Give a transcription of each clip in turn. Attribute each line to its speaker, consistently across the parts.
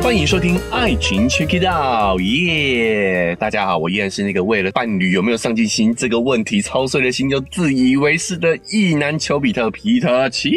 Speaker 1: 欢迎收听《爱情 Check It Out》，耶！大家好，我依然是那个为了伴侣有没有上进心这个问题操碎了心又自以为是的意男丘比特皮特丘。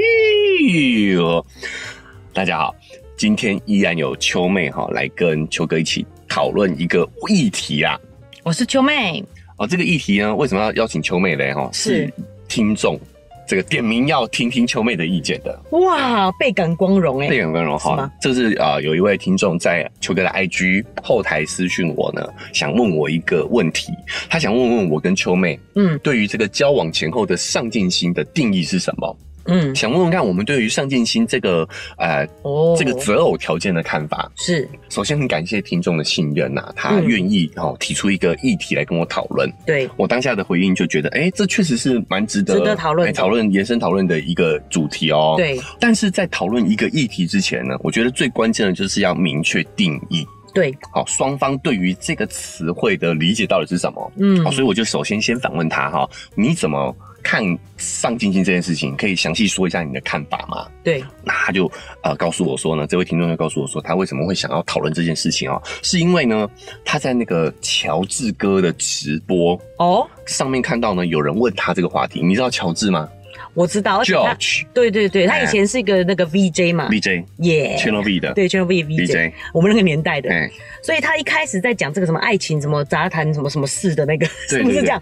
Speaker 1: 大家好，今天依然有秋妹哈、来跟秋哥一起讨论一个议题啊。
Speaker 2: 我是秋妹，
Speaker 1: 哦，这个议题呢，为什么要邀请秋妹嘞？哈，
Speaker 2: 是
Speaker 1: 听众这个点名要听听秋妹的意见的。
Speaker 2: 哇，倍感光荣哎、
Speaker 1: 内容跟容
Speaker 2: 是
Speaker 1: 哈
Speaker 2: 吗，
Speaker 1: 这是啊、呃有一位听众在秋哥的 IG 后台私讯我呢，想问我一个问题，他想问问我跟秋妹
Speaker 2: 嗯
Speaker 1: 对于这个交往前后的上进心的定义是什么，
Speaker 2: 嗯，
Speaker 1: 想问问看我们对于上进心这个呃
Speaker 2: 哦
Speaker 1: 这个择偶条件的看法。
Speaker 2: 是
Speaker 1: 首先很感谢听众的信任呐、他
Speaker 2: 嗯
Speaker 1: 愿意哦提出一个议题来跟我讨论，
Speaker 2: 对，
Speaker 1: 我当下的回应就觉得，哎、这确实是蛮值得
Speaker 2: 值得讨论
Speaker 1: 哎讨论、延伸讨论的一个主题哦。
Speaker 2: 对
Speaker 1: 但是在讨论一个议题之前呢，我觉得最关键的就是要明确定义，
Speaker 2: 对，
Speaker 1: 好，双方对于这个词汇的理解到底是什么？
Speaker 2: 嗯
Speaker 1: 好，所以我就首先先反问他哈，你怎么看上进心这件事情？可以详细说一下你的看法吗？
Speaker 2: 对，
Speaker 1: 那他就呃告诉我说呢，这位听众就告诉我说，他为什么会想要讨论这件事情哦，是因为呢，他在那个乔治哥的直播
Speaker 2: 哦，
Speaker 1: 上面看到呢，有人问他这个话题，你知道乔治吗
Speaker 2: 我知道，而且他，
Speaker 1: ？George
Speaker 2: 对对对，他
Speaker 1: 哎
Speaker 2: 以前是一个那个 VJ 嘛，
Speaker 1: BJ
Speaker 2: 耶
Speaker 1: Channel V 的
Speaker 2: 哦对 Channel V VJ，
Speaker 1: BJ，
Speaker 2: 我们那个年代的，
Speaker 1: 哎。
Speaker 2: 所以他一开始在讲这个什么爱情、什么杂谈、什么什么事的那个，
Speaker 1: 对对
Speaker 2: 是不是这样？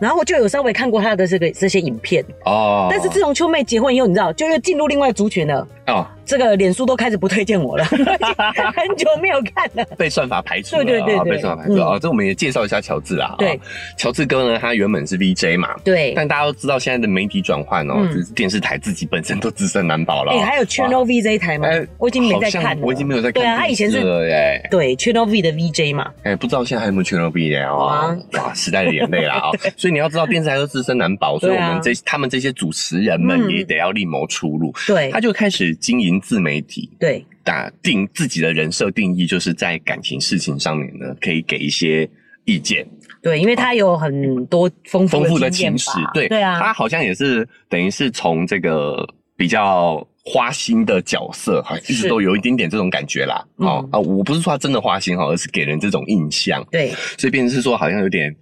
Speaker 2: 然后我就有稍微看过他的这个这些影片，
Speaker 1: 哦，
Speaker 2: 但是自从秋妹结婚以后，你知道，就又进入另外族群了。
Speaker 1: 哦
Speaker 2: 这个脸书都开始不推荐我了， 很久没有看 了。
Speaker 1: 被算法排除了，
Speaker 2: 对对对
Speaker 1: 啊
Speaker 2: 对
Speaker 1: 被算法排除了
Speaker 2: 嗯
Speaker 1: 啊、这我们也介绍一下乔治啦。啊
Speaker 2: 对，
Speaker 1: 乔治哥呢，他原本是 VJ 嘛，
Speaker 2: 对，
Speaker 1: 但大家都知道现在的媒体转换哦，
Speaker 2: 嗯
Speaker 1: 就是电视台自己本身都自身难保了。哦
Speaker 2: 哎、还有 Channel V 这一台吗？
Speaker 1: 哎
Speaker 2: 我已经没在
Speaker 1: 好像
Speaker 2: 看了，
Speaker 1: 我已经没有在看
Speaker 2: 对啊，他以前
Speaker 1: 电视
Speaker 2: 是
Speaker 1: 了耶，
Speaker 2: 对 Channel V 的 VJ 嘛，
Speaker 1: 哎，不知道现在还有没有 Channel V 耶哦，哇，时代的眼泪啦 啊！所以你要知道，电视台都自身难保，所以我
Speaker 2: 对啊
Speaker 1: 们这他们这些主持人们
Speaker 2: 嗯
Speaker 1: 也得要另谋出路。
Speaker 2: 对
Speaker 1: 他就开始经营自媒体，
Speaker 2: 对
Speaker 1: 打定自己的人设定义，就是在感情事情上面呢，可以给一些意见，
Speaker 2: 对，因为他有很多丰富
Speaker 1: 丰富的
Speaker 2: 经验
Speaker 1: 情
Speaker 2: 吧
Speaker 1: 史。对，
Speaker 2: 对啊，
Speaker 1: 他好像也是等于是从这个比较花心的角色，哈，一直
Speaker 2: 是
Speaker 1: 都有一点点这种感觉啦。
Speaker 2: 嗯
Speaker 1: 哦啊，我不是说他真的花心哈，而是给人这种印象，
Speaker 2: 对
Speaker 1: 所以变成是说好像有点。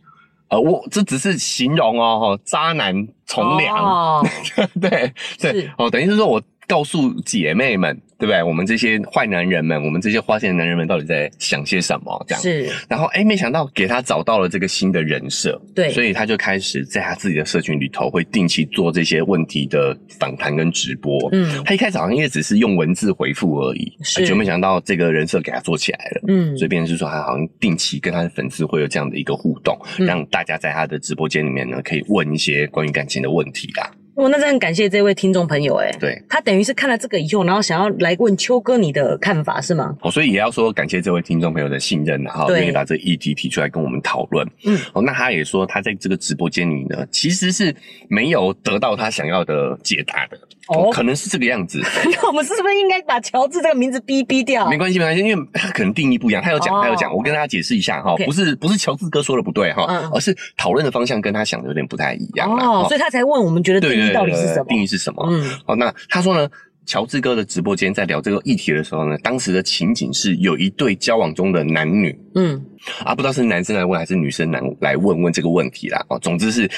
Speaker 1: 呃，我这只是形容哦，哈，渣男从良，
Speaker 2: 哦，
Speaker 1: 对对
Speaker 2: 是，
Speaker 1: 哦，等于是说我告诉姐妹们，对不对？我们这些坏男人们，我们这些花心的男人们到底在想些什么？这样。
Speaker 2: 是，
Speaker 1: 然后，哎，没想到给他找到了这个新的人设，
Speaker 2: 对
Speaker 1: 所以他就开始在他自己的社群里头会定期做这些问题的访谈跟直播。
Speaker 2: 嗯
Speaker 1: 他一开始好像也只是用文字回复而已，
Speaker 2: 是
Speaker 1: 就没想到这个人设给他做起来了。
Speaker 2: 嗯
Speaker 1: 所以变成是说，他好像定期跟他的粉丝会有这样的一个互动，
Speaker 2: 嗯
Speaker 1: 让大家在他的直播间里面呢，可以问一些关于感情的问题啦。
Speaker 2: 哦我那真的很感谢这位听众朋友，哎，
Speaker 1: 对，
Speaker 2: 他等于是看了这个以后，然后想要来问秋哥你的看法是吗？
Speaker 1: 哦，所以也要说感谢这位听众朋友的信任啊，然后
Speaker 2: 对
Speaker 1: 愿意把这个议题提出来跟我们讨论。
Speaker 2: 嗯，
Speaker 1: 哦，那他也说他在这个直播间里呢，其实是没有得到他想要的解答的，
Speaker 2: 哦
Speaker 1: 可能是这个样子，
Speaker 2: 那我们是不是应该把乔治这个名字逼逼掉
Speaker 1: 没？关系没关啊系，因为他可能定义不一样，他有讲、
Speaker 2: 哦
Speaker 1: 他有讲，我跟大家解释一下哈，
Speaker 2: OK
Speaker 1: 不是不是乔治哥说的不对哈，
Speaker 2: 嗯
Speaker 1: 而是讨论的方向跟他想的有点不太一样啦
Speaker 2: 哦，所以他才问我们觉得
Speaker 1: 对
Speaker 2: 定
Speaker 1: 对
Speaker 2: 义
Speaker 1: 对
Speaker 2: 到底是
Speaker 1: 对
Speaker 2: 什么？
Speaker 1: 定义是什么？
Speaker 2: 嗯，
Speaker 1: 哦，那他说呢，乔治哥的直播间在聊这个议题的时候呢，当时的情景是有一对交往中的男女，
Speaker 2: 嗯，
Speaker 1: 啊，不知道是男生来问还是女生来来问问这个问题啦。哦，总之是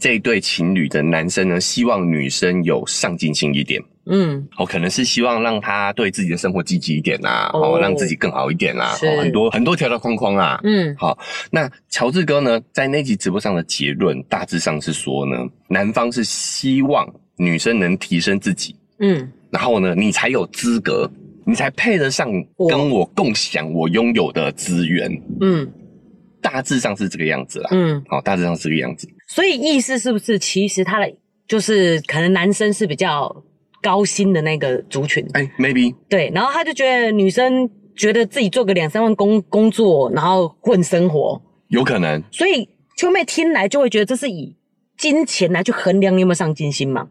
Speaker 1: 这一对情侣的男生呢，希望女生有上进心一点。
Speaker 2: 嗯，
Speaker 1: 哦，可能是希望让他对自己的生活积极一点啦，哦，
Speaker 2: 哦
Speaker 1: 让自己更好一点啦，
Speaker 2: 是
Speaker 1: 哦，很多很多条条框框啦。
Speaker 2: 嗯，
Speaker 1: 那乔治哥呢，在那集直播上的结论大致上是说呢，男方是希望女生能提升自己，
Speaker 2: 嗯，
Speaker 1: 然后呢，你才有资格，你才配得上
Speaker 2: 我
Speaker 1: 跟我共享我拥有的资源。
Speaker 2: 嗯，
Speaker 1: 大致上是这个样子啦。
Speaker 2: 嗯。
Speaker 1: 好，大致上是这个样子。
Speaker 2: 所以意思是不是其实他的就是可能男生是比较高薪的那个族群，
Speaker 1: 哎、m a y b e
Speaker 2: 对，然后他就觉得女生觉得自己做个两三万工工作，然后混生活，
Speaker 1: 有可能，
Speaker 2: 所以秋妹听来就会觉得这是以金钱来去衡量你有没有上进心嘛，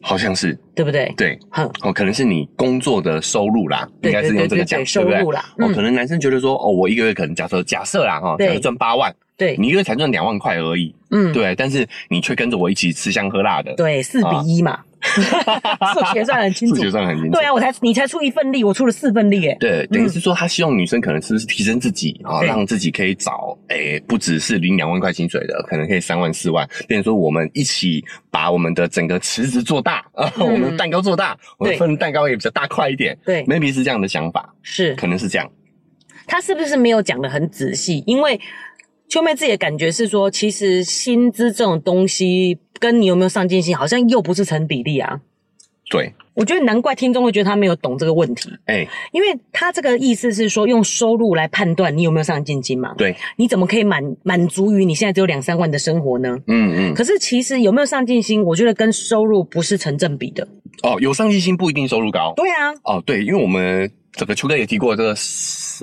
Speaker 1: 好像是
Speaker 2: 对不对？
Speaker 1: 对，
Speaker 2: 哼，
Speaker 1: 哦，可能是你工作的收入啦，应
Speaker 2: 对
Speaker 1: 该
Speaker 2: 对
Speaker 1: 是用
Speaker 2: 对
Speaker 1: 这个
Speaker 2: 对
Speaker 1: 讲，
Speaker 2: 对，
Speaker 1: 对
Speaker 2: 收
Speaker 1: 不对？
Speaker 2: 入啦，
Speaker 1: 哦，
Speaker 2: 嗯，
Speaker 1: 可能男生觉得说，哦，我一个月可能假设假设啦哈，
Speaker 2: 对
Speaker 1: 假设赚八万，
Speaker 2: 对，
Speaker 1: 你一个月才赚两万块而已，
Speaker 2: 嗯，
Speaker 1: 对，但是你却跟着我一起吃香喝辣的，
Speaker 2: 对，四比一嘛， 数学算得很清楚
Speaker 1: 数。学上很严谨
Speaker 2: 对。啊，我才你才出一份力，我出了四份力，哎，
Speaker 1: 对，等于是说他希望女生可能是不是提升自己啊，
Speaker 2: 对
Speaker 1: 让自己可以找诶、不只是领两万块薪水的，可能可以三万四万。变成说我们一起把我们的整个池子做大啊，
Speaker 2: 嗯
Speaker 1: 我们的蛋糕做大，我们
Speaker 2: 对
Speaker 1: 份蛋糕也比较大块一点。
Speaker 2: 对，
Speaker 1: maybe 是这样的想法，
Speaker 2: 是
Speaker 1: 可能是这样。
Speaker 2: 他是不是没有讲的很仔细？因为秋妹自己的感觉是说，其实薪资这种东西跟你有没有上进心，好像又不是成比例啊。
Speaker 1: 对，
Speaker 2: 我觉得难怪听众会觉得他没有懂这个问题，
Speaker 1: 哎、
Speaker 2: 因为他这个意思是说用收入来判断你有没有上进心嘛。
Speaker 1: 对，
Speaker 2: 你怎么可以满满足于你现在只有两三万的生活呢？
Speaker 1: 嗯嗯，
Speaker 2: 可是其实有没有上进心，我觉得跟收入不是成正比的。
Speaker 1: 哦，有上进心不一定收入高。
Speaker 2: 对啊，
Speaker 1: 哦，对，因为我们这个秋哥也提过这个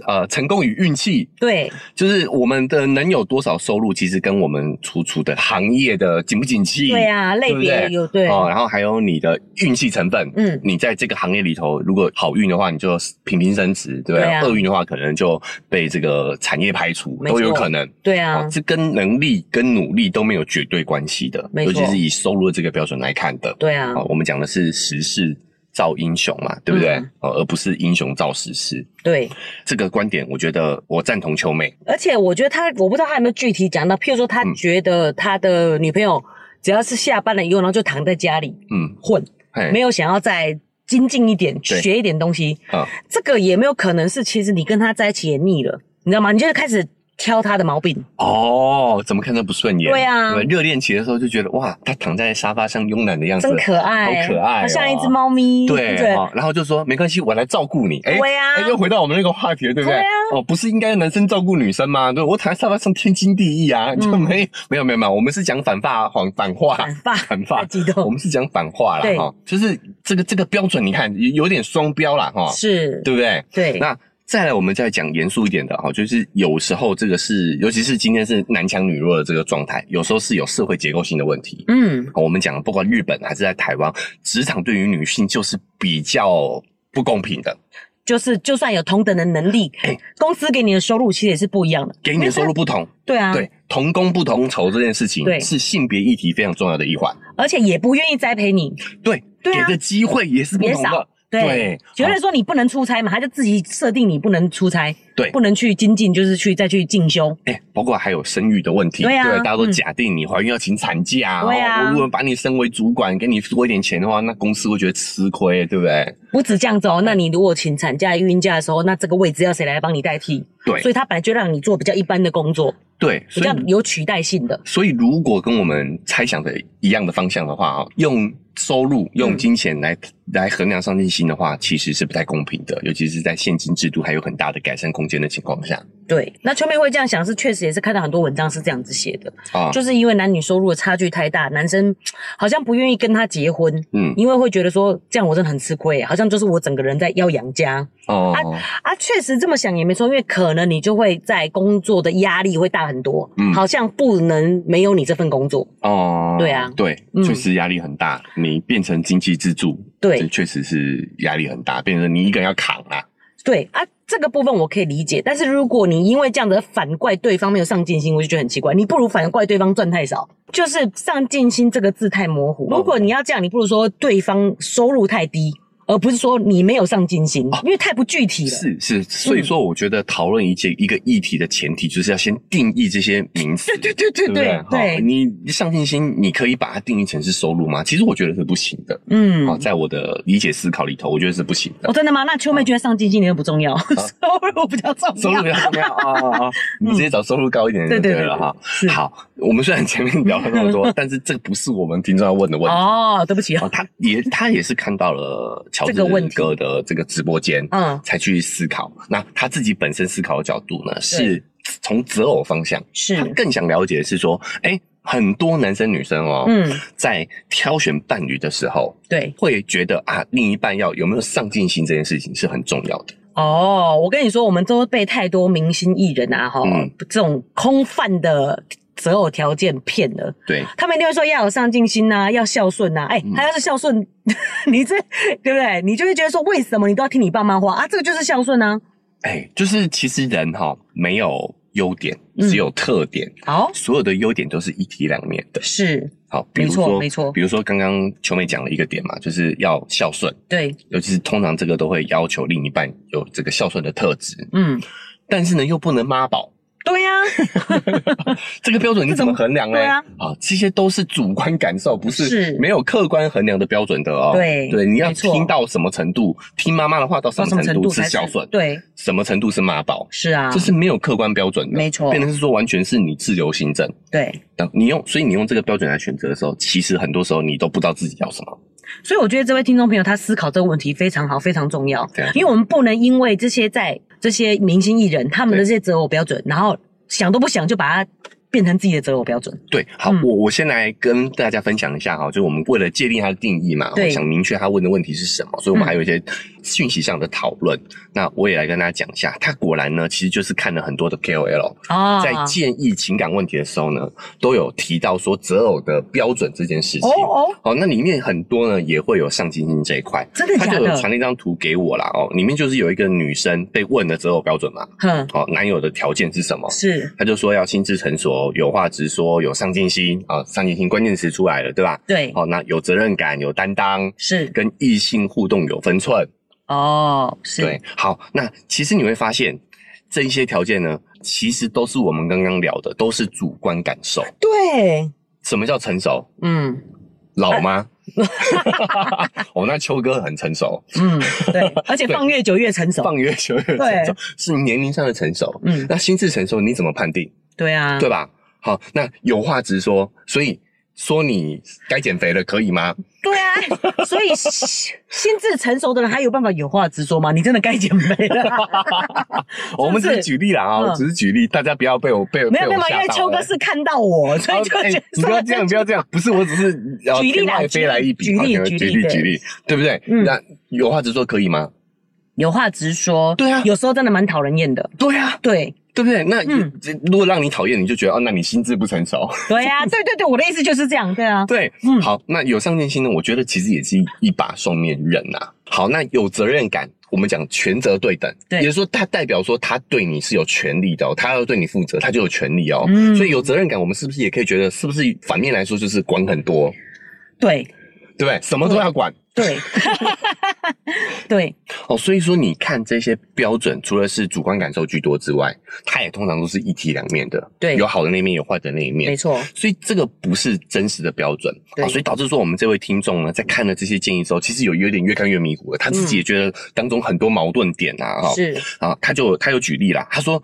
Speaker 1: 呃成功与运气，
Speaker 2: 对，
Speaker 1: 就是我们的能有多少收入，其实跟我们处处的行业的景不景气，
Speaker 2: 对啊，类
Speaker 1: 不
Speaker 2: 别
Speaker 1: 对
Speaker 2: 有对，
Speaker 1: 哦，然后还有你的运气成分。
Speaker 2: 嗯，
Speaker 1: 你在这个行业里头，如果好运的话，你就频频升职，对不
Speaker 2: 对
Speaker 1: 对？
Speaker 2: 啊
Speaker 1: 厄运的话，可能就被这个产业排除，
Speaker 2: 没错
Speaker 1: 都有可能。哦
Speaker 2: 对啊，
Speaker 1: 这跟能力跟努力都没有绝对关系的，
Speaker 2: 没
Speaker 1: 尤
Speaker 2: 错
Speaker 1: 其是以收入的这个标准来看的。
Speaker 2: 对啊，
Speaker 1: 哦，我们讲的是时势造英雄嘛，对不对
Speaker 2: 嗯？
Speaker 1: 哦，而不是英雄造时势。
Speaker 2: 对。啊
Speaker 1: 这个观点，我觉得我赞同秋妹。
Speaker 2: 而且我觉得他，我不知道他有没有具体讲到，譬如说
Speaker 1: 嗯
Speaker 2: 他觉得他的女朋友只要是下班了以后，然后就躺在家里
Speaker 1: 嗯，
Speaker 2: 混，
Speaker 1: 嘿
Speaker 2: 没有想要再精进一点，
Speaker 1: 对
Speaker 2: 学一点东西，
Speaker 1: 啊，
Speaker 2: 这个也没有可能是其实你跟他在一起也腻了，你知道吗？你就是开始挑他的毛病，
Speaker 1: 哦，怎么看都不顺眼。
Speaker 2: 对啊
Speaker 1: 热恋期的时候就觉得哇，他躺在沙发上慵懒的样子，
Speaker 2: 真可爱，
Speaker 1: 好可爱哦
Speaker 2: 好像一只猫咪，
Speaker 1: 对
Speaker 2: 对
Speaker 1: 哦然后就说没关系，我来照顾你。哎
Speaker 2: 对啊
Speaker 1: 哎又回到我们那个话题了，对不对？
Speaker 2: 对啊
Speaker 1: 哦，不是应该男生照顾女生吗？对，我躺在沙发上天经地义啊，
Speaker 2: 嗯
Speaker 1: 就没没有没有没有，我们是讲反话反反话
Speaker 2: 反发，
Speaker 1: 反话
Speaker 2: 太激
Speaker 1: 我
Speaker 2: 动，
Speaker 1: 们是讲反话啦
Speaker 2: 嗯对
Speaker 1: 哈，就是这个这个标准，你看有有点双标啦哈，
Speaker 2: 是，
Speaker 1: 对不对？
Speaker 2: 对，
Speaker 1: 那再来，我们再讲严肃一点的哈，就是有时候这个是，尤其是今天是男强女弱的这个状态，有时候是有社会结构性的问题。
Speaker 2: 嗯，
Speaker 1: 好我们讲，不管日本还是在台湾，职场对于女性就是比较不公平的，
Speaker 2: 就是就算有同等的能力
Speaker 1: 哎，
Speaker 2: 公司给你的收入其实也是不一样的，
Speaker 1: 给你的收入不同，
Speaker 2: 对啊，
Speaker 1: 对，同工不同酬这件事情
Speaker 2: 对
Speaker 1: 是性别议题非常重要的一环，
Speaker 2: 而且也不愿意栽培你，
Speaker 1: 对，
Speaker 2: 对啊
Speaker 1: 给的机会也是不同
Speaker 2: 也
Speaker 1: 的
Speaker 2: 少，对，觉得
Speaker 1: 好
Speaker 2: 说你不能出差嘛，他就自己设定你不能出差，
Speaker 1: 对
Speaker 2: 不能去精进，就是去再去进修，
Speaker 1: 哎、包括还有生育的问题，
Speaker 2: 对啊
Speaker 1: 大家都假定你怀孕要请产假，
Speaker 2: 对啊
Speaker 1: 然后如果把你升为主管，给你多一点钱的话，那公司会觉得吃亏，对不对？
Speaker 2: 不止这样子哦。那你如果请产假、孕假的时候，那这个位置要谁来帮你代替？所
Speaker 1: 对
Speaker 2: 以他本来就让你做比较一般的工作，
Speaker 1: 对，
Speaker 2: 比
Speaker 1: 所
Speaker 2: 较
Speaker 1: 以
Speaker 2: 有取代性的。
Speaker 1: 所以如果跟我们猜想的一样的方向的话啊，用收入、
Speaker 2: 嗯
Speaker 1: 用金钱来、来衡量上进心的话，其实是不太公平的，尤其是在现金制度还有很大的改善空间的情况下
Speaker 2: 对，那秋妹会这样想，是确实也是看到很多文章是这样子写的，
Speaker 1: 啊，
Speaker 2: 就是因为男女收入的差距太大，男生好像不愿意跟他结婚。
Speaker 1: 嗯
Speaker 2: 因为会觉得说这样我真的很吃亏，啊好像就是我整个人在要养家，
Speaker 1: 哦
Speaker 2: 啊，确实这么想也没错，因为可能你就会在工作的压力会大很多，
Speaker 1: 嗯
Speaker 2: 好像不能没有你这份工作，
Speaker 1: 哦，
Speaker 2: 对啊
Speaker 1: 对，
Speaker 2: 嗯
Speaker 1: 确实压力很大，你变成经济支柱，
Speaker 2: 对
Speaker 1: 这确实是压力很大，变成你一个人要扛啊。
Speaker 2: 对啊，这个部分我可以理解，但是如果你因为这样子而反怪对方没有上进心，我就觉得很奇怪，你不如反怪对方赚太少，就是上进心这个字太模糊。
Speaker 1: 哦
Speaker 2: 如果你要这样，你不如说对方收入太低，而不是说你没有上进心，因为太不具体了。
Speaker 1: 是是，所
Speaker 2: 嗯
Speaker 1: 以说我觉得讨论一件一个议题的前提，就是要先定义这些名词。
Speaker 2: 对对对哦
Speaker 1: 对不对？
Speaker 2: 对
Speaker 1: 好你上进心，你可以把它定义成是收入吗？其实我觉得是不行的。
Speaker 2: 嗯
Speaker 1: 啊，，在我的理解思考里头，我觉得是不行的
Speaker 2: 哦，。真的吗？那秋妹觉得上进心一点都不重要， 收入比较重要。
Speaker 1: 收入比较重要啊啊啊！你直接找收入高一点就
Speaker 2: 嗯对对
Speaker 1: 对
Speaker 2: 对
Speaker 1: 了哈。
Speaker 2: 是
Speaker 1: 好，我们虽然前面聊了那么 多，但是这不是我们听众要问的问题。
Speaker 2: 哦，对不起
Speaker 1: 啊，
Speaker 2: 哦，
Speaker 1: 他也他也是看到了乔治
Speaker 2: 这个问题
Speaker 1: 哥的这个直播间，
Speaker 2: 嗯，
Speaker 1: 才去思考。那他自己本身思考的角度呢，是从择偶方向，
Speaker 2: 是
Speaker 1: 他更想了解的是说，哎、很多男生女生哦，
Speaker 2: 嗯，
Speaker 1: 在挑选伴侣的时候，
Speaker 2: 对
Speaker 1: 会觉得啊，另一半要有没有上进心这件事情是很重要的。
Speaker 2: 哦，我跟你说，我们都被太多明星艺人啊，哈、
Speaker 1: 嗯
Speaker 2: 这种空泛的择偶条件骗了。
Speaker 1: 对，
Speaker 2: 他们一定会说要有上进心呐、要孝顺呐、哎、他要是孝顺， 你这对不对？你就会觉得说，为什么你都要听你爸妈话啊？这个就是孝顺啊。
Speaker 1: 哎、就是其实人哈、没有优点，
Speaker 2: 嗯
Speaker 1: 只有特点，
Speaker 2: 好、
Speaker 1: 所有的优点都是一体两面的。
Speaker 2: 是
Speaker 1: 好，比如
Speaker 2: 没错
Speaker 1: 说，
Speaker 2: 没错
Speaker 1: 比如说刚刚球妹讲了一个点嘛，就是要孝顺，
Speaker 2: 对，
Speaker 1: 尤其是通常这个都会要求另一半有这个孝顺的特质，
Speaker 2: 嗯，
Speaker 1: 但是呢又不能妈宝，
Speaker 2: 对 呀、
Speaker 1: 这个标准你怎么衡量呢？
Speaker 2: 对啊，
Speaker 1: 哦这些都是主观感受，不是
Speaker 2: 是
Speaker 1: 没有客观衡量的标准的哦。
Speaker 2: 对
Speaker 1: 对，你要
Speaker 2: 没错
Speaker 1: 听到什么程度，听妈妈的话到什
Speaker 2: 到什
Speaker 1: 么
Speaker 2: 么
Speaker 1: 程
Speaker 2: 程度
Speaker 1: 度是
Speaker 2: 才
Speaker 1: 孝顺，
Speaker 2: 对，
Speaker 1: 什么程度是妈宝，
Speaker 2: 是啊，
Speaker 1: 这是没有客观标准的，
Speaker 2: 没错
Speaker 1: 变成是说完全是你自由行政。
Speaker 2: 对。
Speaker 1: 当你用，所以你用这个标准来选择的时候，其实很多时候你都不知道自己要什么。
Speaker 2: 所以我觉得这位听众朋友他思考这个问题非常好，非常重要
Speaker 1: 对啊，
Speaker 2: 因为我们不能因为这些在这些明星艺人他们的
Speaker 1: 对
Speaker 2: 这些择偶标准，然后想都不想就把它变成自己的择偶标准。
Speaker 1: 对，好，
Speaker 2: 嗯
Speaker 1: 我我先来跟大家分享一下哈，就是我们为了界定它的定义嘛，
Speaker 2: 对
Speaker 1: 我想明确他问的问题是什么，所以我们
Speaker 2: 嗯
Speaker 1: 还有一些讯息上的讨论。那我也来跟大家讲一下，他果然呢，其实就是看了很多的 KOL，、
Speaker 2: 哦，
Speaker 1: 在建议情感问题的时候呢，都有提到说择偶的标准这件事情。
Speaker 2: 哦哦，
Speaker 1: 好，那里面很多呢也会有上进心这一块，
Speaker 2: 真的
Speaker 1: 他
Speaker 2: 假
Speaker 1: 就有
Speaker 2: 的？
Speaker 1: 传了一张图给我啦哦，里面就是有一个女生被问的择偶标准嘛，
Speaker 2: 哼，
Speaker 1: 哦，男友的条件是什么？
Speaker 2: 是
Speaker 1: 他就说要心智成熟，哦有话直说，有上进心啊，上进心关键词出来了，对吧？哦
Speaker 2: 对，
Speaker 1: 好、那有责任感，有担当，
Speaker 2: 是
Speaker 1: 跟异性互动有分寸，
Speaker 2: 哦，是
Speaker 1: 对。好，那其实你会发现，这一些条件呢，其实都是我们刚刚聊的，都是主观感受。
Speaker 2: 对，
Speaker 1: 什么叫成熟？
Speaker 2: 嗯
Speaker 1: 老 吗？ 哦，那秋哥很成熟，
Speaker 2: 嗯， 对，而且放越久越成熟，
Speaker 1: 放越久越成熟，是年龄上的成熟。
Speaker 2: 嗯，
Speaker 1: 那心智成熟你怎么判定？
Speaker 2: 对啊，
Speaker 1: 对吧？好，那有话直说，所以说你该减肥了，可以吗？
Speaker 2: 对啊，所以心心智成熟的人，他有办法有话直说吗？你真的该减肥了。
Speaker 1: 我们只是举例啦啊，
Speaker 2: 嗯
Speaker 1: 我只是举例，大家不要被我被
Speaker 2: 没有
Speaker 1: 被我
Speaker 2: 没有，因
Speaker 1: 吓
Speaker 2: 为
Speaker 1: 到
Speaker 2: 秋哥
Speaker 1: 欸
Speaker 2: 是看到我，所
Speaker 1: 啊
Speaker 2: 以就
Speaker 1: 哎
Speaker 2: 觉得
Speaker 1: 你不要这样，不要这样，不是我只是呃
Speaker 2: 举例
Speaker 1: 天
Speaker 2: 啦
Speaker 1: 外
Speaker 2: 举
Speaker 1: 飞
Speaker 2: 例
Speaker 1: 来一笔，
Speaker 2: 举
Speaker 1: 好
Speaker 2: 例
Speaker 1: 举
Speaker 2: 举
Speaker 1: 举
Speaker 2: 例
Speaker 1: 例
Speaker 2: 对
Speaker 1: 举例，对不对？
Speaker 2: 嗯
Speaker 1: 那有话直说可以吗？
Speaker 2: 有话直说。
Speaker 1: 对啊
Speaker 2: 有时候真的蛮讨人厌的。
Speaker 1: 对啊，
Speaker 2: 对
Speaker 1: 对不对？那
Speaker 2: 嗯
Speaker 1: 这如果让你讨厌，你就觉得哦，那你心智不成熟。
Speaker 2: 对 啊，对对对，我的意思就是这样。对啊，
Speaker 1: 对，
Speaker 2: 嗯
Speaker 1: 好，那有上进心呢，我觉得其实也是一把双面刃呐、好，那有责任感，我们讲权责对等，
Speaker 2: 对
Speaker 1: 也就是说，他代表说他对你是有权利的、哦，他要对你负责，他就有权利哦。
Speaker 2: 嗯
Speaker 1: 所以有责任感，我们是不是也可以觉得，是不是反面来说就是管很多，
Speaker 2: 对
Speaker 1: 对不对？什么都要管
Speaker 2: 对对，
Speaker 1: 哦。所以说，你看这些标准，除了是主观感受居多之外，它也通常都是一体两面的，
Speaker 2: 对
Speaker 1: 有好的那一面，有坏的那一面
Speaker 2: 没。错，
Speaker 1: 所以这个不是真实的标准
Speaker 2: 对
Speaker 1: 啊，所以导致说我们这位听众呢，在看了这些建议之后，其实有有点越看越迷糊了，他自己也觉得当中很多矛盾点啊，哈、
Speaker 2: 嗯是
Speaker 1: 啊，他就他有举例啦，他说，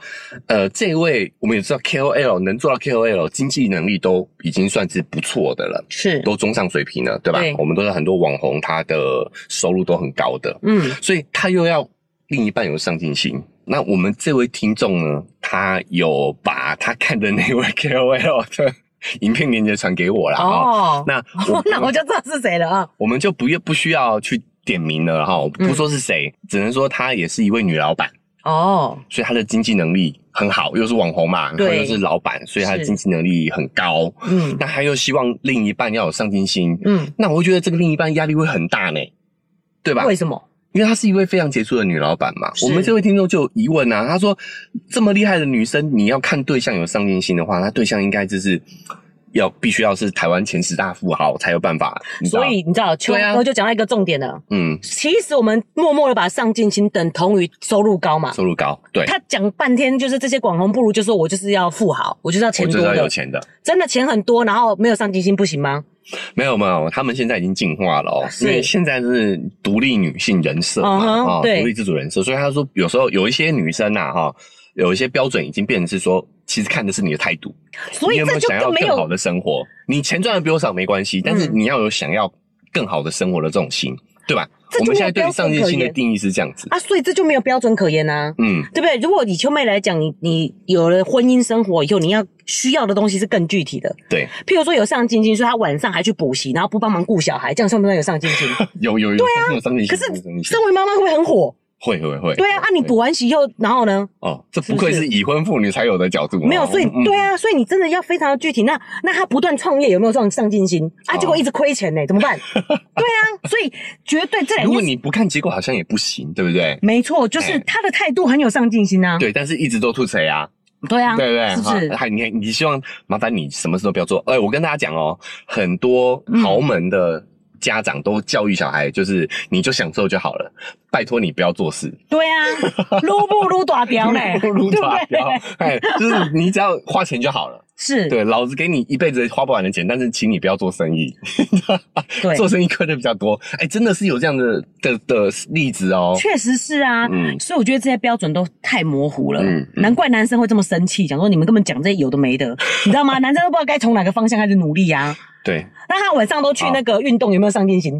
Speaker 1: 呃，这位我们也知道 KOL 能做到 KOL 经济能力都已经算是不错的了，
Speaker 2: 是，
Speaker 1: 都中上水平了，对吧？
Speaker 2: 对
Speaker 1: 我们都是很多网红，他的收入都很高的，
Speaker 2: 嗯，
Speaker 1: 所以他又要另一半有上进心。那我们这位听众呢，他有把他看的那 位 KOL 的影片链接传给我了哦。
Speaker 2: 哦，
Speaker 1: 那
Speaker 2: 那我
Speaker 1: 我
Speaker 2: 就知道是谁了啊。
Speaker 1: 我们就不用不需要去点名了哈，我不说是谁，只能说她也是一位女老板，
Speaker 2: 哦，
Speaker 1: 所以她的经济能力很好，又是网红嘛，然后
Speaker 2: 对
Speaker 1: 又是老板，所以她的
Speaker 2: 是
Speaker 1: 经济能力很高。
Speaker 2: 嗯
Speaker 1: 那她又希望另一半要有上进心，
Speaker 2: 嗯，
Speaker 1: 那我会觉得这个另一半压力会很大呢，对吧？
Speaker 2: 为什么？
Speaker 1: 因为她是一位非常杰出的女老板嘛。
Speaker 2: 是
Speaker 1: 我们这位听众就有疑问啊，他说这么厉害的女生，你要看对象有上进心的话，那对象应该就是要必须要是台湾前十大富豪才有办法，你知道
Speaker 2: 所以你知道，秋
Speaker 1: 对啊
Speaker 2: 哥就讲到一个重点了。
Speaker 1: 嗯，
Speaker 2: 其实我们默默的把上进心等同于收入高嘛。
Speaker 1: 收入高，对，
Speaker 2: 他讲半天就是这些网红，不如就说我就是要富豪，我就是要
Speaker 1: 我
Speaker 2: 钱
Speaker 1: 就
Speaker 2: 多
Speaker 1: 知道有
Speaker 2: 的，
Speaker 1: 钱的，
Speaker 2: 真的钱很多，然后没有上进心不行吗？
Speaker 1: 没有没有，他们现在已经进化了哦，
Speaker 2: 啊是
Speaker 1: 因为现在是独立女性人设嘛，
Speaker 2: 嗯哼
Speaker 1: 啊、
Speaker 2: 对
Speaker 1: 独立自主人设，所以他说有时候有一些女生呐、哈，有一些标准已经变成是说，其实看的是你的态度，
Speaker 2: 所以
Speaker 1: 你有没
Speaker 2: 这
Speaker 1: 有
Speaker 2: 就
Speaker 1: 想要
Speaker 2: 更没
Speaker 1: 更好
Speaker 2: 有嗯
Speaker 1: 的生活？你钱赚的比我少没关系，但是你要有想要更好的生活的这种心，对吧？
Speaker 2: 这
Speaker 1: 我
Speaker 2: 就没
Speaker 1: 们现
Speaker 2: 有
Speaker 1: 在对于
Speaker 2: 标准
Speaker 1: 上进心
Speaker 2: 可
Speaker 1: 的
Speaker 2: 言
Speaker 1: 定义是这样子，
Speaker 2: 啊，所以这就没有标准可言啊，
Speaker 1: 嗯，
Speaker 2: 对不对？如果以秋妹来讲，你你有了婚姻生活以后，你要需要的东西是更具体的，
Speaker 1: 对，
Speaker 2: 譬如说有上进心，所以她晚上还去补习，然后不帮忙顾小孩，这样算不算有上 进心？
Speaker 1: 有有有，对啊，有上进心，
Speaker 2: 可
Speaker 1: 有上进
Speaker 2: 是
Speaker 1: 心
Speaker 2: 身为妈妈会不会很火？
Speaker 1: 会会会，
Speaker 2: 对啊，啊你补
Speaker 1: 不
Speaker 2: 完习以后，然后呢？
Speaker 1: 哦，这不
Speaker 2: 是不
Speaker 1: 愧
Speaker 2: 是
Speaker 1: 是已婚妇女才有的角度哦，
Speaker 2: 没有，所以
Speaker 1: 嗯
Speaker 2: 对啊，所以你真的要非常的具体。那那他不断创业有没有上上进心啊？
Speaker 1: 哦
Speaker 2: 结果一直亏钱呢、怎么办？对啊，所以绝对这两
Speaker 1: 如果
Speaker 2: 件事
Speaker 1: 你不看结果好
Speaker 2: 嗯
Speaker 1: 像也不行，对不对？
Speaker 2: 没错，就是
Speaker 1: 哎
Speaker 2: 他的态度很有上进心啊。
Speaker 1: 对，但是一直都吐谁啊？
Speaker 2: 对啊，
Speaker 1: 对不对？
Speaker 2: 是不是
Speaker 1: 哈？还你你希望麻烦你什么事都不要做。哎，我跟大家讲哦，很多
Speaker 2: 嗯
Speaker 1: 豪门的家长都教育小孩，就是你就享受就好了，拜托你不要做事，
Speaker 2: 对 啊，撸不撸大条嘞？
Speaker 1: 不 如
Speaker 2: 对
Speaker 1: 打
Speaker 2: 不对
Speaker 1: 掉。哎，就是你只要花钱就好了。
Speaker 2: 是，
Speaker 1: 对，老子给你一辈子花不完的钱，但是请你不要做生意，
Speaker 2: 对
Speaker 1: 做生意亏的比较多。哎，真的是有这样的的的例子哦。
Speaker 2: 确实是啊。
Speaker 1: 嗯
Speaker 2: 所以我觉得这些标准都太模糊了，
Speaker 1: 嗯嗯
Speaker 2: 难怪男生会这么生气，讲说你们根本讲这些有的没的，你知道吗？男生都不知道该从哪个方向开始努力啊。
Speaker 1: 对，
Speaker 2: 那他晚上都去那个运动，有没有上进心？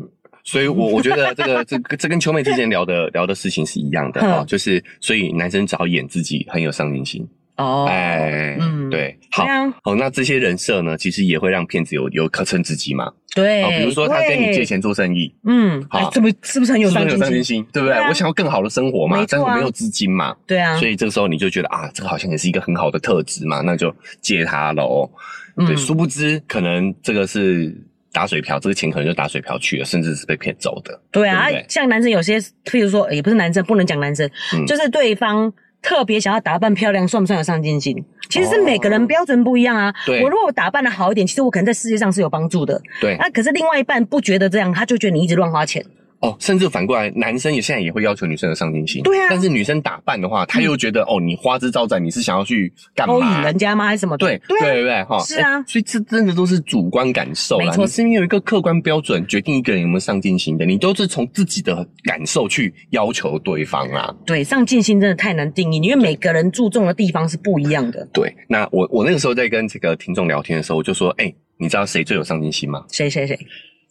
Speaker 1: 所以我，我觉得这个这个这跟秋妹之前聊的聊的事情是一样的哈、
Speaker 2: 嗯
Speaker 1: 就是所以男生只好演自己很有上进心，
Speaker 2: 哦，
Speaker 1: 哎、
Speaker 2: 嗯
Speaker 1: 对，好
Speaker 2: 对。啊，
Speaker 1: 好，那这些人设呢，其实也会让骗子有有可乘之机嘛。
Speaker 2: 对、
Speaker 1: 哦，比如说他跟你
Speaker 2: 对
Speaker 1: 借，钱做生意，
Speaker 2: 嗯，
Speaker 1: 好
Speaker 2: 哎这不是不是很有
Speaker 1: 是不
Speaker 2: 上
Speaker 1: 是有
Speaker 2: 进
Speaker 1: 上进
Speaker 2: 心？
Speaker 1: 心，对不对？
Speaker 2: 对啊
Speaker 1: 我想要更好的生活嘛，
Speaker 2: 没错
Speaker 1: 但
Speaker 2: 啊
Speaker 1: 是我没有资金嘛，
Speaker 2: 对啊，
Speaker 1: 所以这个时候你就觉得啊，这个好像也是一个很好的特质嘛，那就借他喽。对，
Speaker 2: 嗯
Speaker 1: 殊不知可能这个是打水漂，这个钱可能就打水漂去了，甚至是被骗走的。
Speaker 2: 对啊，
Speaker 1: 对不对
Speaker 2: 像男生有些，譬如说，也不是男生，不能讲男生，
Speaker 1: 嗯
Speaker 2: 就是对方特别想要打扮漂亮，算不算有上进心？其实是
Speaker 1: 哦
Speaker 2: 每个人标准不一样啊。
Speaker 1: 对
Speaker 2: 我如果打扮的好一点，其实我可能在事业上是有帮助的。
Speaker 1: 对，
Speaker 2: 那、可是另外一半不觉得这样，他就觉得你一直乱花钱。
Speaker 1: 哦，甚至反过来，男生也现在也会要求女生的上进心。
Speaker 2: 对啊
Speaker 1: 但是女生打扮的话，他又觉得、哦，你花枝招展，你是想要去干
Speaker 2: 勾
Speaker 1: 嘛
Speaker 2: 引？人家吗？还是什么的？
Speaker 1: 对对对对，哈、
Speaker 2: 是啊
Speaker 1: 哎所以这真的都是主观感受啦
Speaker 2: 没。错
Speaker 1: 你是没有一个客观标准决定一个人有没有上进心的，你都是从自己的感受去要求对方啊。
Speaker 2: 对，上进心真的太难定义，因为每个人注重的地方是不一样的。
Speaker 1: 对，那我我那个时候在跟这个听众聊天的时候，我就说，哎、你知道谁最有上进心吗？
Speaker 2: 谁谁谁？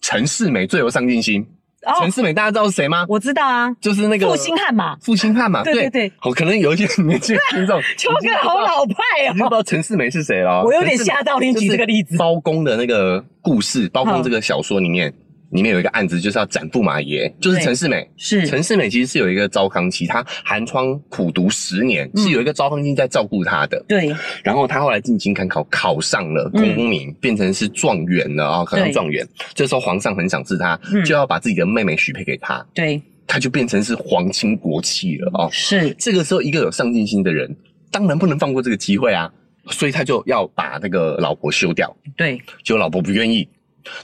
Speaker 1: 陈世美最有上进心。
Speaker 2: 哦，
Speaker 1: 陈世美大家知道是谁吗？
Speaker 2: 我知道啊，
Speaker 1: 就是那个
Speaker 2: 负心汉嘛，
Speaker 1: 负心汉嘛，
Speaker 2: 对对对
Speaker 1: 好，可能有一些年轻的听众，
Speaker 2: 秋哥好老派
Speaker 1: 你就不知道
Speaker 2: 哦。
Speaker 1: 陈世美是谁了。
Speaker 2: 我有点
Speaker 1: 陈世美
Speaker 2: 吓到你举这个例子
Speaker 1: 就是包公的那个故事，包公
Speaker 2: 好
Speaker 1: 这个小说里面，里面有一个案子就是要斩驸马爷，就是
Speaker 2: 对
Speaker 1: 陈世美。
Speaker 2: 是
Speaker 1: 陈世美其实是有一个糟糠妻，她寒窗苦读十年，
Speaker 2: 嗯
Speaker 1: 是有一个糟糠妻在照顾她的。
Speaker 2: 对，
Speaker 1: 然后她后来进京赶考，考上了功名，变成是状元了啊，考上
Speaker 2: 嗯对
Speaker 1: 状元。这时候皇上很赏识她，
Speaker 2: 嗯
Speaker 1: 就要把自己的妹妹许配给她，
Speaker 2: 对，
Speaker 1: 她就变成是皇亲国戚了哦。
Speaker 2: 是，
Speaker 1: 这个时候，一个有上进心的人，当然不能放过这个机会啊，所以他就要把那个老婆休掉，
Speaker 2: 对，
Speaker 1: 结果老婆不愿意。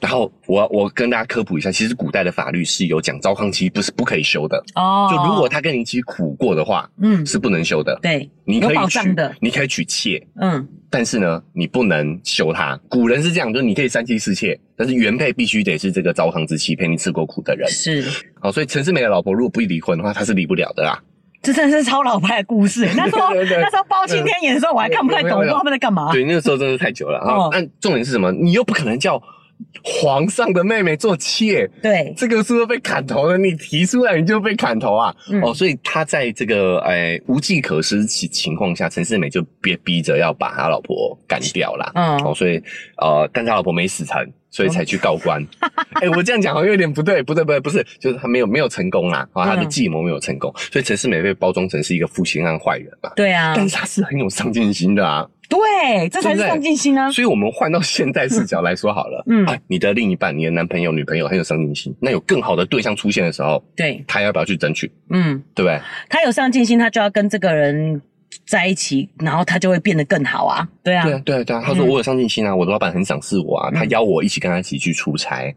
Speaker 1: 然后我我跟大家科普一下，其实古代的法律是有讲糟糠妻不是不可以休的，
Speaker 2: 哦，
Speaker 1: 就如果他跟你一起苦过的话，
Speaker 2: 嗯，
Speaker 1: 是不能休的。
Speaker 2: 对，
Speaker 1: 你
Speaker 2: 有
Speaker 1: 可
Speaker 2: 保
Speaker 1: 以
Speaker 2: 障
Speaker 1: 娶
Speaker 2: 的，
Speaker 1: 你可以娶妾，
Speaker 2: 嗯，
Speaker 1: 但是呢，你不能休她。古人是这样，就是你可以三妻四妾，但是原配必须得是这个糟糠之妻，陪你吃过苦的人。
Speaker 2: 是，
Speaker 1: 好，所以陈世美的老婆如果不离婚的话，她是离不了的啦。
Speaker 2: 这真的是超老派的 故事。那时候
Speaker 1: 对对对
Speaker 2: 那时候包青天演的时候，我还看不太
Speaker 1: 对对对
Speaker 2: 懂，我不知道他们在干嘛。
Speaker 1: 对，那个时候真的太久了
Speaker 2: 啊哦
Speaker 1: 啊！但重点是什么？你又不可能叫皇上的妹妹做妾，
Speaker 2: 对，
Speaker 1: 这个是会被砍头的。你提出来，你就被砍头啊！
Speaker 2: 嗯
Speaker 1: 哦，所以他在这个哎无计可施情情况下，陈世美就被逼着要把他老婆干掉啦。
Speaker 2: 嗯
Speaker 1: 哦，所以呃，但他老婆没死成，所以才去告 官。哎、我这样讲好像有点不对，不对，不对，不是，就是他没有没有成功啦，啊，他的
Speaker 2: 嗯
Speaker 1: 计谋没有成功，所以陈世美被包装成是一个负心汉坏人嘛。
Speaker 2: 对啊，
Speaker 1: 但是他是很有上进心的啊。
Speaker 2: 对，这才是
Speaker 1: 对不对
Speaker 2: 上进心啊。
Speaker 1: 所以我们换到现代视角来说好了，
Speaker 2: 嗯
Speaker 1: 啊，你的另一半、你的男朋友、女朋友很有上进心，那有更好的对象出现的时候，
Speaker 2: 对，
Speaker 1: 他要不要去争取？
Speaker 2: 嗯，
Speaker 1: 对不对？
Speaker 2: 他有上进心，他就要跟这个人在一起，然后他就会变得更好啊。对啊
Speaker 1: 对，啊，对啊，对啊。他说
Speaker 2: 嗯
Speaker 1: 我有上进心啊，我的老板很赏识我啊，
Speaker 2: 嗯
Speaker 1: 他邀我一起跟他一起去出差，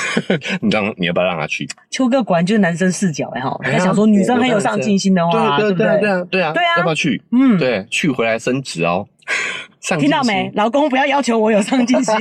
Speaker 1: 你让你要不要让他去？
Speaker 2: 秋哥果然就是男生视角哎哈，
Speaker 1: 哎
Speaker 2: 他
Speaker 1: 呀
Speaker 2: 想说女生很有上进心的话，
Speaker 1: 对
Speaker 2: 不
Speaker 1: 对啊对？啊对啊
Speaker 2: 对啊
Speaker 1: 要不要去？
Speaker 2: 嗯，
Speaker 1: 对，去回来升职哦。 上进
Speaker 2: 听
Speaker 1: 心
Speaker 2: 到没？？老公不要要求我有上进 心。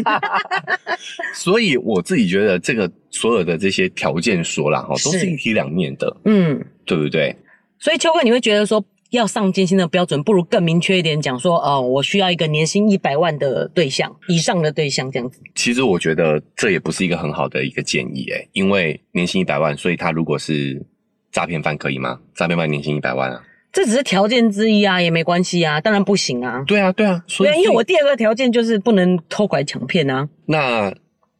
Speaker 1: 所以我自己觉得这个所有的这些条件说啦，哈，都
Speaker 2: 是
Speaker 1: 是一体两面的，
Speaker 2: 嗯，
Speaker 1: 对不对？
Speaker 2: 所以秋哥，你会觉得说要上进心的标准，不如更明确一点讲说，哦，我需要一个年薪一百万的对象以上的对象这样子。
Speaker 1: 其实我觉得这也不是一个很好的一个建议诶、因为年薪一百万，所以他如果是诈骗犯可以吗？诈骗犯年薪一百万啊？
Speaker 2: 这只是条件之一啊，也没关系啊，当然不行啊。
Speaker 1: 对啊，对啊，所
Speaker 2: 对啊，
Speaker 1: 以
Speaker 2: 因为我第二个条件就是不能偷拐抢骗啊。
Speaker 1: 那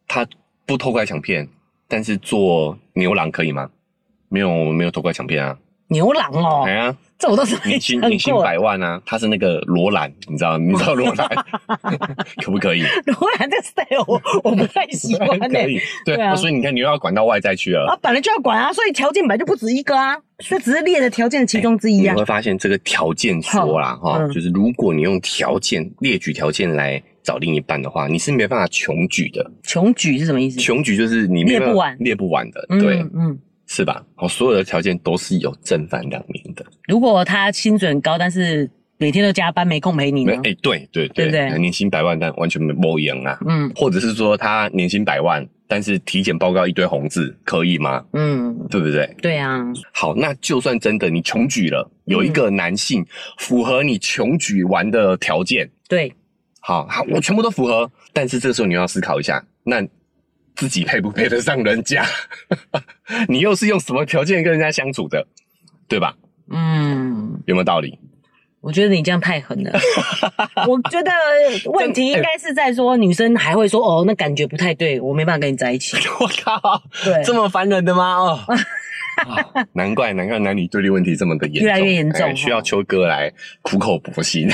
Speaker 1: 他不偷拐抢骗，但是做牛郎可以吗？没有，没有偷拐抢骗啊！
Speaker 2: 牛郎哦
Speaker 1: 哎，呀，
Speaker 2: 这我倒是没
Speaker 1: 年 薪
Speaker 2: 想
Speaker 1: 年薪
Speaker 2: 过。
Speaker 1: 百万啊！他是那个罗兰，你知道？你知道罗 兰可不可以？
Speaker 2: 罗兰的 style 我我不太喜 欢呢、
Speaker 1: 可以，对
Speaker 2: 对啊
Speaker 1: 所以你看，你又要管到外在去了。
Speaker 2: 啊，本来就要管啊，所以条件本来就不止一个啊。这只是列的条件的其中之一
Speaker 1: 你
Speaker 2: 啊
Speaker 1: 会。发现这个条件说啦，哈、
Speaker 2: 嗯
Speaker 1: 就是如果你用条件列举条件来找另一半的话，你是没办法穷举的。
Speaker 2: 穷举是什么意思？
Speaker 1: 穷举就是你没有办法
Speaker 2: 嗯列不完
Speaker 1: 列不完的，
Speaker 2: 嗯
Speaker 1: 对，
Speaker 2: 嗯。
Speaker 1: 是吧？好，所有的条件都是有正反两面的。
Speaker 2: 如果他薪水很高，但是每天都加班，没空陪你
Speaker 1: 没
Speaker 2: 呢
Speaker 1: 有，？哎、对对
Speaker 2: 嗯对
Speaker 1: 对
Speaker 2: 不对
Speaker 1: 年薪百万，但完全没不一样啊。
Speaker 2: 嗯
Speaker 1: 或者是说他年薪百万，但是体检报告一堆红字，可以吗？
Speaker 2: 嗯，
Speaker 1: 对不对？
Speaker 2: 对啊，
Speaker 1: 好，那就算真的你穷举了，有一个
Speaker 2: 嗯
Speaker 1: 男性符合你穷举完的条件，
Speaker 2: 对，
Speaker 1: 好，好，我全部都符合，但是这时候你要思考一下，那自己配不配得上人家？ 你又是用什么条件跟人家相处的，对吧？
Speaker 2: 嗯。
Speaker 1: 有没有道理？
Speaker 2: 我觉得你这样 太狠了。我觉得问题应该是在说，女生还会说哦，那感觉不太对， 我没办法跟你在一起。
Speaker 1: 我靠，
Speaker 2: 对，
Speaker 1: 这么烦人的吗？哦。啊难怪，难怪男女对立问题这么的严重，
Speaker 2: 越来越严重哦
Speaker 1: 哎需要秋哥来苦口婆 心。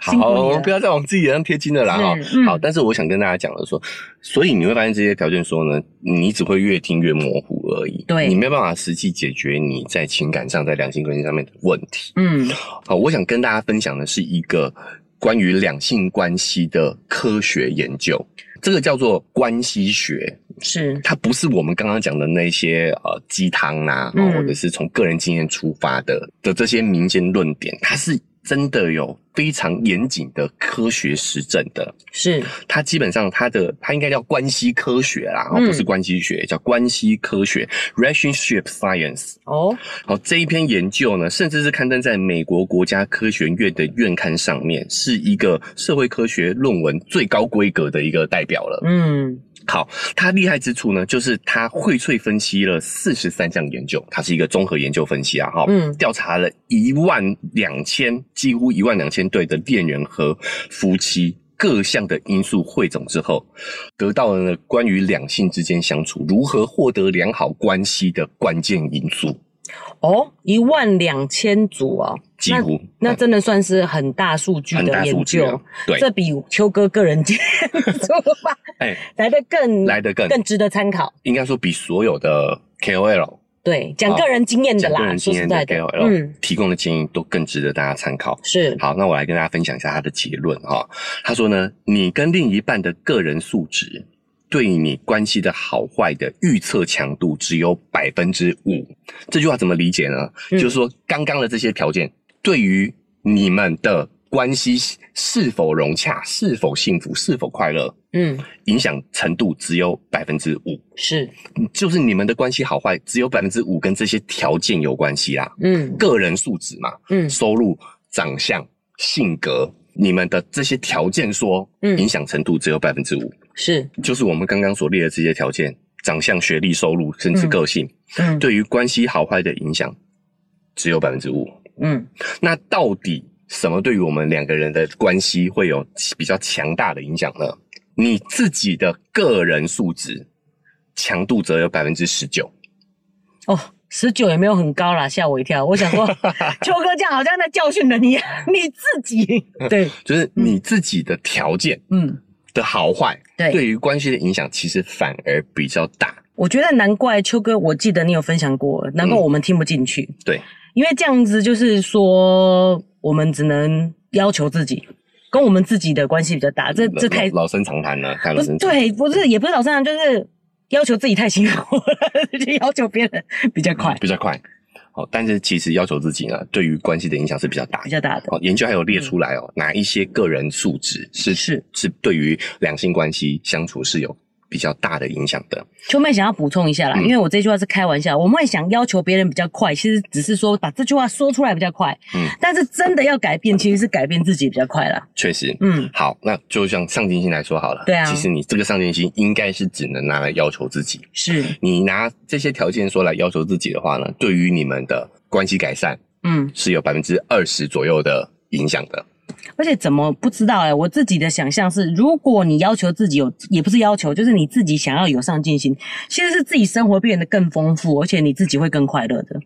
Speaker 2: 辛苦
Speaker 1: 好，
Speaker 2: 你了
Speaker 1: 不要再往自己脸上贴金了啦哦哈。
Speaker 2: 是嗯
Speaker 1: 啊好，但是我想跟大家讲的说，所以你会发现这些条件说呢，你只会越听越模糊而已，
Speaker 2: 对
Speaker 1: 你没有办法实际解决你在情感上、在两性关系上面的问题。
Speaker 2: 嗯
Speaker 1: 好，我想跟大家分享的是一个关于两性关系的科学研究，这个叫做关系学。
Speaker 2: 是
Speaker 1: 它不是我们刚刚讲的那些呃鸡汤啊，
Speaker 2: 嗯
Speaker 1: 或者是从个人经验出发的的这些民间论点，它是真的有非常严谨的科学实证的。
Speaker 2: 是
Speaker 1: 它基本上它的它应该叫关系科学啦，
Speaker 2: 嗯
Speaker 1: 哦不是关系学，叫关系科学 （relationship science）。
Speaker 2: 哦，
Speaker 1: 好，这一篇研究呢，甚至是刊登在美国国家科学院的院刊上面，是一个社会科学论文最高规格的一个代表了。
Speaker 2: 嗯
Speaker 1: 好，它厉害之处呢，就是它荟萃分析了四十三项研究，它是一个综合研究分析啊，哈，
Speaker 2: 嗯
Speaker 1: 调查了一万两千，几乎一万两千对的恋人和夫妻。各项的因素汇总之后，得到了呢关于两性之间相处如何获得良好关系的关键因素，
Speaker 2: 哦，一万两千组哦，
Speaker 1: 几乎
Speaker 2: 那
Speaker 1: 嗯
Speaker 2: 真的算是很大数据
Speaker 1: 很大
Speaker 2: 的
Speaker 1: 数
Speaker 2: 研
Speaker 1: 据啊
Speaker 2: 究。，
Speaker 1: 对，
Speaker 2: 这比秋哥个人接触吧
Speaker 1: 哎，
Speaker 2: 来的更
Speaker 1: 来得更
Speaker 2: 嗯更值得参考。
Speaker 1: 应该说比所有的 KOL
Speaker 2: 对，讲
Speaker 1: 好
Speaker 2: 个人经验的
Speaker 1: 讲个
Speaker 2: 嗯啦，
Speaker 1: 人经
Speaker 2: 说实
Speaker 1: 验的
Speaker 2: 在的，
Speaker 1: KOL
Speaker 2: 嗯，
Speaker 1: 提供的建议都更值得大家参考。
Speaker 2: 是
Speaker 1: 好，那我来跟大家分享一下他的结论哈、他说呢，你跟另一半的个人素质对你关系的好坏的预测强度只有百分之五。这句话怎么理解呢？
Speaker 2: 嗯
Speaker 1: 就是说，刚刚的这些条件对于你们的关系是否融洽、是否幸福、是否快乐，
Speaker 2: 嗯
Speaker 1: 影响程度只有百分之五。
Speaker 2: 是
Speaker 1: 就是你们的关系好坏只有百分之五跟这些条件有关系啦，
Speaker 2: 嗯
Speaker 1: 个人素质嘛。
Speaker 2: 嗯
Speaker 1: 收入、长相、性格，你们的这些条件说，
Speaker 2: 嗯
Speaker 1: 影响程度只有百分之五，
Speaker 2: 是
Speaker 1: 就是我们刚刚所列的这些条件：长相、学历、收入，甚至个性，
Speaker 2: 嗯
Speaker 1: 对于关系好坏的影响只有百分之五。
Speaker 2: 嗯
Speaker 1: 那到底什么对于我们两个人的关系会有比较强大的影响呢？你自己的个人素质强度则有百分之十九，
Speaker 2: 哦，十九也没有很高啦，吓我一跳。我想 说，秋哥这样好像在教训人一样，你 自己
Speaker 1: 嗯
Speaker 2: 对，
Speaker 1: 就是你自己的条件
Speaker 2: 嗯，
Speaker 1: 的好坏，
Speaker 2: 对
Speaker 1: 对于关系的影响其实反而比较大。
Speaker 2: 我觉得难怪秋哥，我记得你有分享过，难怪
Speaker 1: 嗯
Speaker 2: 我们听不进去，
Speaker 1: 对，
Speaker 2: 因为这样子就是说，我们只能要求自己，跟我们自己的关系比较大，这这
Speaker 1: 老
Speaker 2: 太
Speaker 1: 老生常谈了，太
Speaker 2: 不
Speaker 1: 老
Speaker 2: 是
Speaker 1: 生常谈。
Speaker 2: 对，不是也不是老生常谈，就是要求自己太辛苦了， 就要求别人比较快，
Speaker 1: 比较快。好，但是其实要求自己呢，对于关系的影响是比较大
Speaker 2: 比。较大的，
Speaker 1: 好，研究还有列出来哦，哪一些个人素质是
Speaker 2: 嗯是
Speaker 1: 是对于两性关系相处是有比较大的影响的。
Speaker 2: 秋妹想要补充一下啦，
Speaker 1: 嗯
Speaker 2: 因为我这句话是开玩笑，我们会想要求别人比较快，其实只是说把这句话说出来比较快，
Speaker 1: 嗯
Speaker 2: 但是真的要改变，其实是改变自己比较快啦，
Speaker 1: 确实，
Speaker 2: 嗯，
Speaker 1: 好，那就像上进心来说好了，
Speaker 2: 对啊
Speaker 1: 其实你这个上进心应该是只能拿来要求自己。
Speaker 2: 是，
Speaker 1: 你拿这些条件说来要求自己的话呢，对于你们的关系改善
Speaker 2: 嗯，
Speaker 1: 是有百分之二十左右的影响的。
Speaker 2: 而且怎么不知道哎、我自己的想象是，如果你要求自己有，也不是要求，就是你自己想要有上进心，其实是自己生活变得更丰富，而且你自己会更快乐的，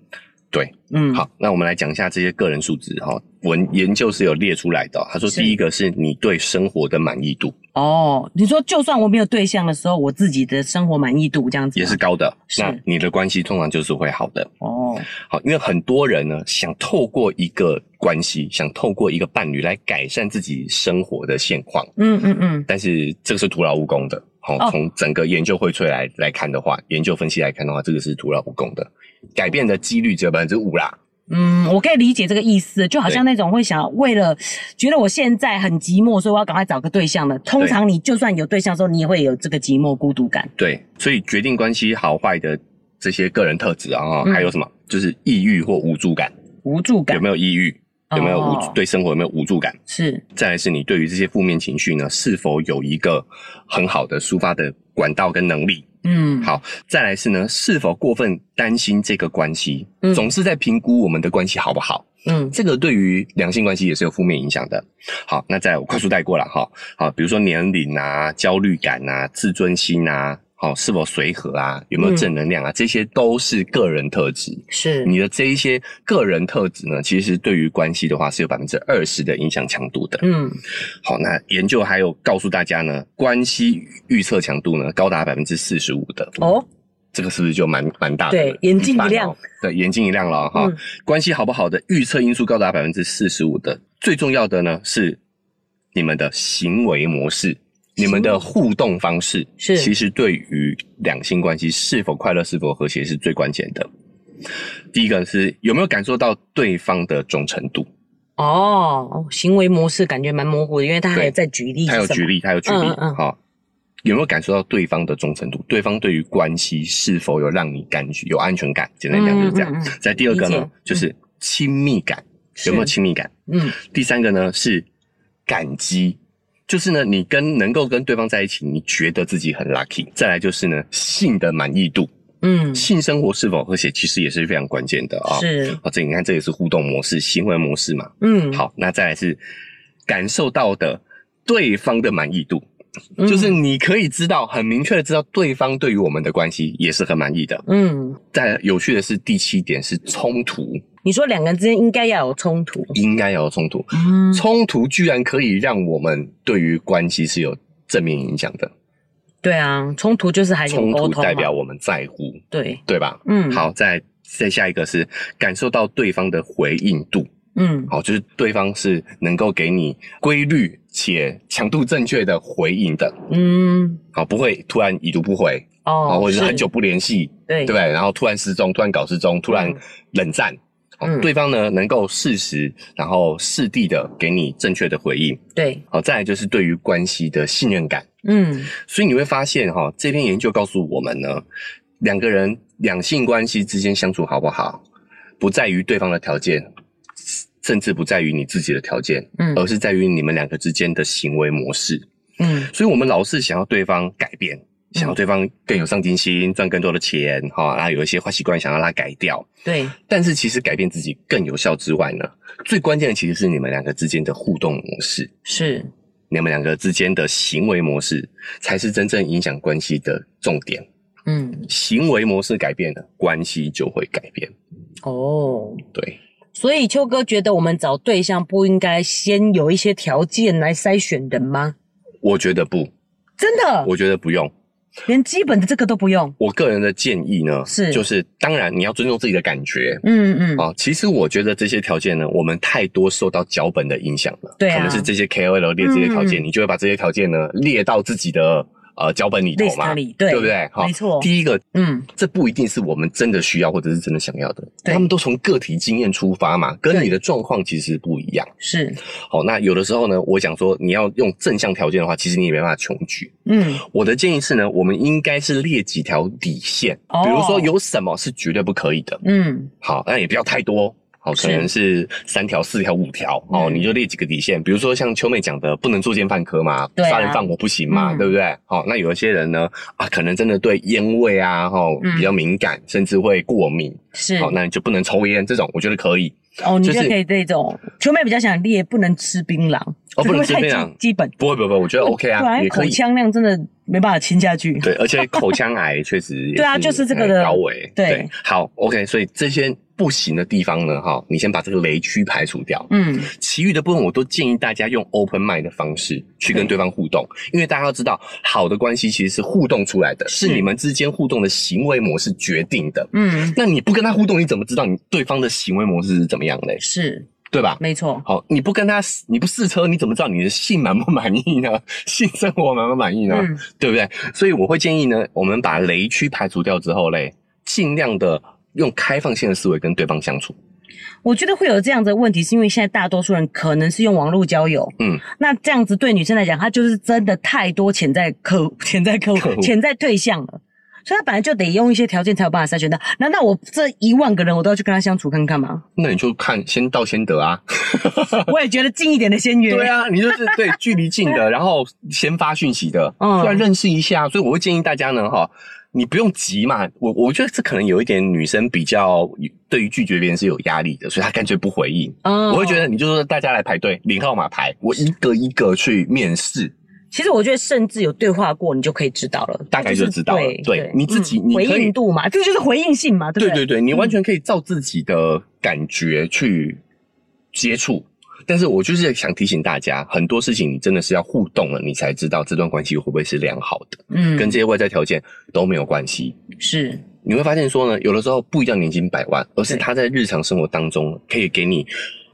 Speaker 1: 对，
Speaker 2: 嗯，，
Speaker 1: 好，那我们来讲一下这些个人素质哈。文研究是有列出来的哦，他说
Speaker 2: 是
Speaker 1: 第一个是你对生活的满意度，
Speaker 2: 哦，你说就算我没有对象的时候，我自己的生活满意度这样子吗
Speaker 1: 也是高的，
Speaker 2: 是
Speaker 1: 那你的关系通常就是会好的。
Speaker 2: 哦，
Speaker 1: 好，因为很多人呢，想透过一个关系，想透过一个伴侣来改善自己生活的现况，
Speaker 2: 嗯嗯嗯，
Speaker 1: 但是这个是徒劳无功的。好、
Speaker 2: 哦
Speaker 1: 从整个研究荟萃来来看的话，研究分析来看的话，这个是徒劳无功的，改变的几率只有百分之五啦。
Speaker 2: 嗯，我可以理解这个意思，就好像那种会想要为了觉得我现在很寂寞，所以我要赶快找个对象的。通常你就算有对象的时候，你也会有这个寂寞孤独感。
Speaker 1: 对，所以决定关系好坏的这些个人特质啊，哈
Speaker 2: 嗯
Speaker 1: 还有什么？就是抑郁或无助感，
Speaker 2: 无助感
Speaker 1: 有没有抑郁？有没有无助
Speaker 2: 哦
Speaker 1: 对生活有没有无助感？
Speaker 2: 是
Speaker 1: 再来是你对于这些负面情绪呢，是否有一个很好的抒发的管道跟能力？
Speaker 2: 嗯
Speaker 1: 好，再来是呢，是否过分担心这个关系？
Speaker 2: 嗯
Speaker 1: 总是在评估我们的关系好不好？
Speaker 2: 嗯
Speaker 1: 这个对于两性关系也是有负面影响的。好，那再来我快速带过了哈。好，比如说年龄啊、焦虑感啊、自尊心啊，好，是否随和啊，有没有
Speaker 2: 嗯
Speaker 1: 正能量啊，这些都是个人特质。
Speaker 2: 是
Speaker 1: 你的这一些个人特质呢，其实对于关系的话是有百分之二十的影响强度的。
Speaker 2: 嗯
Speaker 1: 好，那研究还有告诉大家呢，关系预测强度呢高达百分之四十五的，
Speaker 2: 哦
Speaker 1: 这个是不是就蛮蛮大的？
Speaker 2: 对眼睛一
Speaker 1: 半
Speaker 2: 亮
Speaker 1: 哦，对，眼睛一亮了哈。
Speaker 2: 嗯
Speaker 1: 关系好不好的预测因素高达百分之四十五的，最重要的呢是你们的行为模式。你们的互动方式
Speaker 2: 是
Speaker 1: 其实对于两性关系是否快乐、是否和谐是最关键的。第一个是有没有感受到对方的忠诚度，
Speaker 2: 哦，行为模式感觉蛮模糊的，因为他还有
Speaker 1: 对
Speaker 2: 在举例，
Speaker 1: 他有举，例，他有举例
Speaker 2: 嗯，嗯
Speaker 1: 好、有没有感受到对方的忠诚度？对方对于关系是否有让你感觉有安全感？简单讲就是这样。
Speaker 2: 嗯嗯嗯嗯
Speaker 1: 在第二个
Speaker 2: 理
Speaker 1: 呢
Speaker 2: 解，嗯
Speaker 1: 就是亲密感，有没有
Speaker 2: 是
Speaker 1: 亲密感？
Speaker 2: 嗯
Speaker 1: 第三个呢是感激，就是呢你跟能够跟对方在一起，你觉得自己很 lucky。再来就是呢性的满意度，
Speaker 2: 嗯
Speaker 1: 性生活是否和谐，其实也是非常关键的啊、
Speaker 2: 是
Speaker 1: 哦，这你看这也是互动模式、行为模式嘛。
Speaker 2: 嗯，
Speaker 1: 好，那再来是感受到的对方的满意度，
Speaker 2: 嗯
Speaker 1: 就是你可以知道很明确的知道对方对于我们的关系也是很满意的。
Speaker 2: 嗯，
Speaker 1: 再来有趣的是第七点是冲突，
Speaker 2: 你说两个人之间应该要有冲突，
Speaker 1: 应该要有冲突，
Speaker 2: 嗯
Speaker 1: 冲突居然可以让我们对于关系是有正面影响的，
Speaker 2: 对啊，冲突就是还有
Speaker 1: 冲
Speaker 2: 沟
Speaker 1: 突
Speaker 2: 通嘛
Speaker 1: 代表我们在乎，
Speaker 2: 对，
Speaker 1: 对吧？
Speaker 2: 嗯，，
Speaker 1: 好，再再下一个是感受到对方的回应度，
Speaker 2: 嗯
Speaker 1: 好，就是对方是能够给你规律且强度正确的回应的，
Speaker 2: 嗯，
Speaker 1: 好，哦不会突然已读不回，啊、
Speaker 2: 哦，
Speaker 1: 或者是很久不联系，
Speaker 2: 对
Speaker 1: 对不对？然后突然失踪，突然搞失踪，突然
Speaker 2: 嗯
Speaker 1: 冷战。好
Speaker 2: 嗯
Speaker 1: 对方呢能够适时，然后适地的给你正确的回应。
Speaker 2: 对，
Speaker 1: 好，再来就是对于关系的信任感。
Speaker 2: 嗯
Speaker 1: 所以你会发现哈、这篇研究告诉我们呢，两个人两性关系之间相处好不好，不在于对方的条件，甚至不在于你自己的条件，
Speaker 2: 嗯
Speaker 1: 而是在于你们两个之间的行为模式。
Speaker 2: 嗯
Speaker 1: 所以我们老是想要对方改变，
Speaker 2: 嗯
Speaker 1: 想要对方更有上进心，赚更多的钱，哈、然后有一些坏习惯想要他改掉。
Speaker 2: 对，
Speaker 1: 但是其实改变自己更有效之外呢，最关键的其实是你们两个之间的互动模式，
Speaker 2: 是
Speaker 1: 你们两个之间的行为模式才是真正影响关系的重点。
Speaker 2: 嗯
Speaker 1: 行为模式改变了，关系就会改变。
Speaker 2: 哦。
Speaker 1: 对，
Speaker 2: 所以秋哥觉得我们找对象不应该先有一些条件来筛选人吗？
Speaker 1: 我觉得不，
Speaker 2: 真的，
Speaker 1: 我觉得不用。
Speaker 2: 连基本的这个都不用。
Speaker 1: 我个人的建议呢，
Speaker 2: 是
Speaker 1: 就是当然你要尊重自己的感觉，
Speaker 2: 嗯嗯，
Speaker 1: 哦，其实我觉得这些条件呢，我们太多受到脚本的影响了。
Speaker 2: 对啊
Speaker 1: 可能是这些 KOL 列这些条件，
Speaker 2: 嗯
Speaker 1: 你就会把这些条件呢列到自己的呃脚本里头
Speaker 2: list
Speaker 1: 嘛，
Speaker 2: 里对
Speaker 1: 不对？好
Speaker 2: 没错
Speaker 1: 第一个，
Speaker 2: 嗯，
Speaker 1: 这不一定是我们真的需要或者是真的想要的，
Speaker 2: 对
Speaker 1: 他们都从个体经验出发嘛，跟
Speaker 2: 对
Speaker 1: 你的状况其实不一样。
Speaker 2: 是，
Speaker 1: 好，那有的时候呢，我想说你要用正向条件的话，其实你也没办法穷举。
Speaker 2: 嗯
Speaker 1: 我的建议是呢，我们应该是列几条底线，
Speaker 2: 哦
Speaker 1: 比如说有什么是绝对不可以的，
Speaker 2: 嗯
Speaker 1: 好，但也不要太多。好，
Speaker 2: 是
Speaker 1: 可能是三条、四条、五条哦，
Speaker 2: 嗯
Speaker 1: 你就列几个底线，比如说像秋妹讲的，不能作奸犯科嘛，
Speaker 2: 对啊
Speaker 1: 杀人放火不行嘛，
Speaker 2: 嗯
Speaker 1: 对不对？好、那有一些人呢，啊，可能真的对烟味啊，哈、
Speaker 2: 嗯
Speaker 1: 比较敏感，甚至会过敏。
Speaker 2: 是。
Speaker 1: 好、那你就不能抽烟，这种我觉得可以。
Speaker 2: 哦，你
Speaker 1: 就
Speaker 2: 就是可以这种。秋妹比较想列不能吃槟榔，
Speaker 1: 哦，不能随
Speaker 2: 太
Speaker 1: 便
Speaker 2: 基
Speaker 1: 讲，
Speaker 2: 基本。
Speaker 1: 不会不会不会，我觉得 OK
Speaker 2: 对
Speaker 1: 啊，也可
Speaker 2: 口
Speaker 1: 以。
Speaker 2: 腔量真的没办法亲下去。
Speaker 1: 对，而且口腔癌确实也
Speaker 2: 对啊就是这个的
Speaker 1: 嗯高危。
Speaker 2: 对
Speaker 1: 好，OK，所以这些不行的地方呢，哈，你先把这个雷区排除掉。
Speaker 2: 嗯，
Speaker 1: 其余的部分我都建议大家用 open mind 的方式去跟对方互动，因为大家要知道，好的关系其实是互动出来的，
Speaker 2: 是
Speaker 1: 是你们之间互动的行为模式决定的。
Speaker 2: 嗯，
Speaker 1: 那你不跟他互动，你怎么知道你对方的行为模式是怎么样嘞？
Speaker 2: 是
Speaker 1: 对吧？
Speaker 2: 没错，
Speaker 1: 好，你不跟他，你不试车，你怎么知道你的性满不满意呢？ 性生活满不满意呢？
Speaker 2: 嗯，
Speaker 1: 对啊不对？所以我会建议呢，我们把雷区排除掉之后嘞，尽量的用开放性的思维跟对方相处。
Speaker 2: 我觉得会有这样子的问题，是因为现在大多数人可能是用网络交友，
Speaker 1: 嗯，
Speaker 2: 那这样子对女生来讲，她就是真的太多潜在客、潜在客
Speaker 1: 客
Speaker 2: 户、
Speaker 1: 户
Speaker 2: 潜在对象了。所以她本来就得用一些条件才有办法筛选到。难道我这一万个人我都要去跟她相处看看吗？
Speaker 1: 那你就看先到先得啊。
Speaker 2: 我也觉得近一点的先约。
Speaker 1: 对，啊，你就是对距离近 的，然后先发讯息的，
Speaker 2: 嗯
Speaker 1: 虽然认识一下，所以我会建议大家呢，哈，你不用急嘛。我我觉得这可能有一点女生比较对于拒绝别人是有压力的，所以她干脆不回应。
Speaker 2: 嗯
Speaker 1: 我会觉得你就说大家来排队领号码牌，我一个一个去面试，
Speaker 2: 其实我觉得甚至有对话过，你就可以知道了，
Speaker 1: 大概就知道了
Speaker 2: 是
Speaker 1: 对你自己
Speaker 2: 嗯
Speaker 1: 你可
Speaker 2: 回
Speaker 1: 以
Speaker 2: 应度嘛，这就是回应性嘛，对不嗯
Speaker 1: 对
Speaker 2: 对？
Speaker 1: 对对，你完全可以照自己的感觉去接触。但是我就是想提醒大家，很多事情你真的是要互动了，你才知道这段关系会不会是良好的，
Speaker 2: 嗯，
Speaker 1: 跟这些外在条件都没有关系。
Speaker 2: 是
Speaker 1: 你会发现说呢，有的时候不一定要年薪百万，而是他在日常生活当中可以给你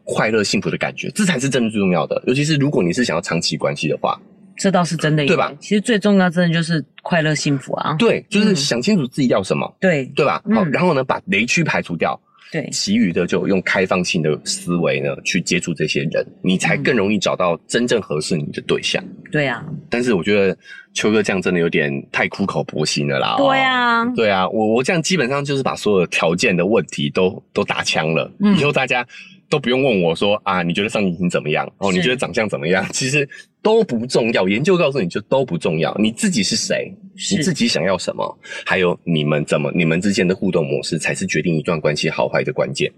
Speaker 1: 快乐幸福的感觉，这才是真的最重要的。尤其是如果你是想要长期关系的话，
Speaker 2: 这倒是真的耶，
Speaker 1: 对吧
Speaker 2: 其实最重要真的就是快乐幸福啊，
Speaker 1: 对，就是
Speaker 2: 嗯
Speaker 1: 想清楚自己要什么，
Speaker 2: 对
Speaker 1: 对吧？好，
Speaker 2: 嗯
Speaker 1: 然后呢，把雷区排除掉，
Speaker 2: 对，
Speaker 1: 其余的就用开放性的思维呢去接触这些人，你才
Speaker 2: 嗯
Speaker 1: 更容易找到真正合适你的对象。
Speaker 2: 对啊，
Speaker 1: 但是我觉得秋哥这样真的有点太苦口婆心了啦。哦
Speaker 2: 对。啊，
Speaker 1: 对啊，我我这样基本上就是把所有条件的问题都都打枪了，
Speaker 2: 嗯
Speaker 1: 以后大家都不用问我说啊，你觉得上进心怎么样？哦，
Speaker 2: 是
Speaker 1: 你觉得长相怎么样？其实都不重要，研究告诉你就都不重要，你自己是谁，
Speaker 2: 是
Speaker 1: 你自己想要什么，还有你们怎么你们之间的互动模式，才是决定一段关系好坏的关键。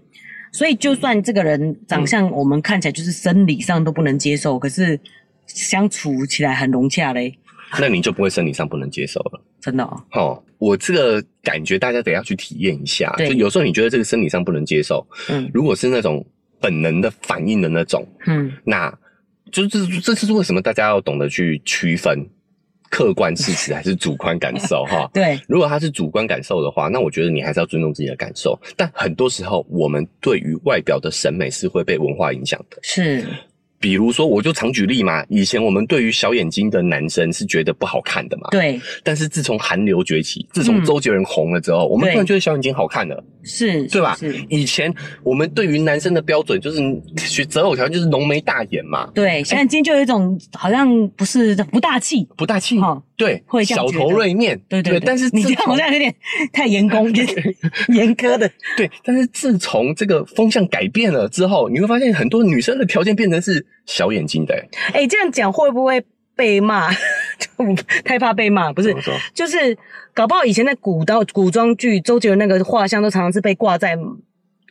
Speaker 2: 所以就算这个人长相我们看起来就是生理上都不能接受，可是相处起来很融洽嘞，
Speaker 1: 那你就不会生理上不能接受了。
Speaker 2: 真的、哦，
Speaker 1: 哦，我这个感觉大家得要去体验一下。
Speaker 2: 对
Speaker 1: 就有时候你觉得这个生理上不能接受，
Speaker 2: 嗯
Speaker 1: 如果是那种本能的反应的那种，
Speaker 2: 嗯，
Speaker 1: 那就是这这是为什么大家要懂得去区分客观事实还是主观感受哈。
Speaker 2: 对，
Speaker 1: 如果他是主观感受的话，那我觉得你还是要尊重自己的感受。但很多时候，我们对于外表的审美是会被文化影响的。
Speaker 2: 是，
Speaker 1: 比如说，我就常举例嘛，以前我们对于小眼睛的男生是觉得不好看的嘛，
Speaker 2: 对，嗯
Speaker 1: 但是自从韩流崛起，自从周杰伦红了之后，我们
Speaker 2: 对
Speaker 1: 突然觉得小眼睛好看了。
Speaker 2: 是，
Speaker 1: 对吧
Speaker 2: 是，
Speaker 1: 以前我们对于男生的标准就是学择偶条件就是浓眉大眼嘛，
Speaker 2: 对，现在今天就有一种好像不是不大气。
Speaker 1: 不大气，
Speaker 2: 哦
Speaker 1: 对
Speaker 2: 会，这样
Speaker 1: 小
Speaker 2: 觉得
Speaker 1: 头锐面，
Speaker 2: 对对对，
Speaker 1: 但是
Speaker 2: 你
Speaker 1: 自
Speaker 2: 这样
Speaker 1: 从
Speaker 2: 好像有点太 严公、严严苛的，
Speaker 1: 对，但是自从这个风向改变了之后，你会发现很多女生的条件变成是小眼睛的、欸
Speaker 2: 哎、这样讲会不会被骂？ 就我太怕被骂，不是
Speaker 1: 怎么说？
Speaker 2: 就是搞不好以前在古刀古装剧，周杰伦那个画像都常常是被挂在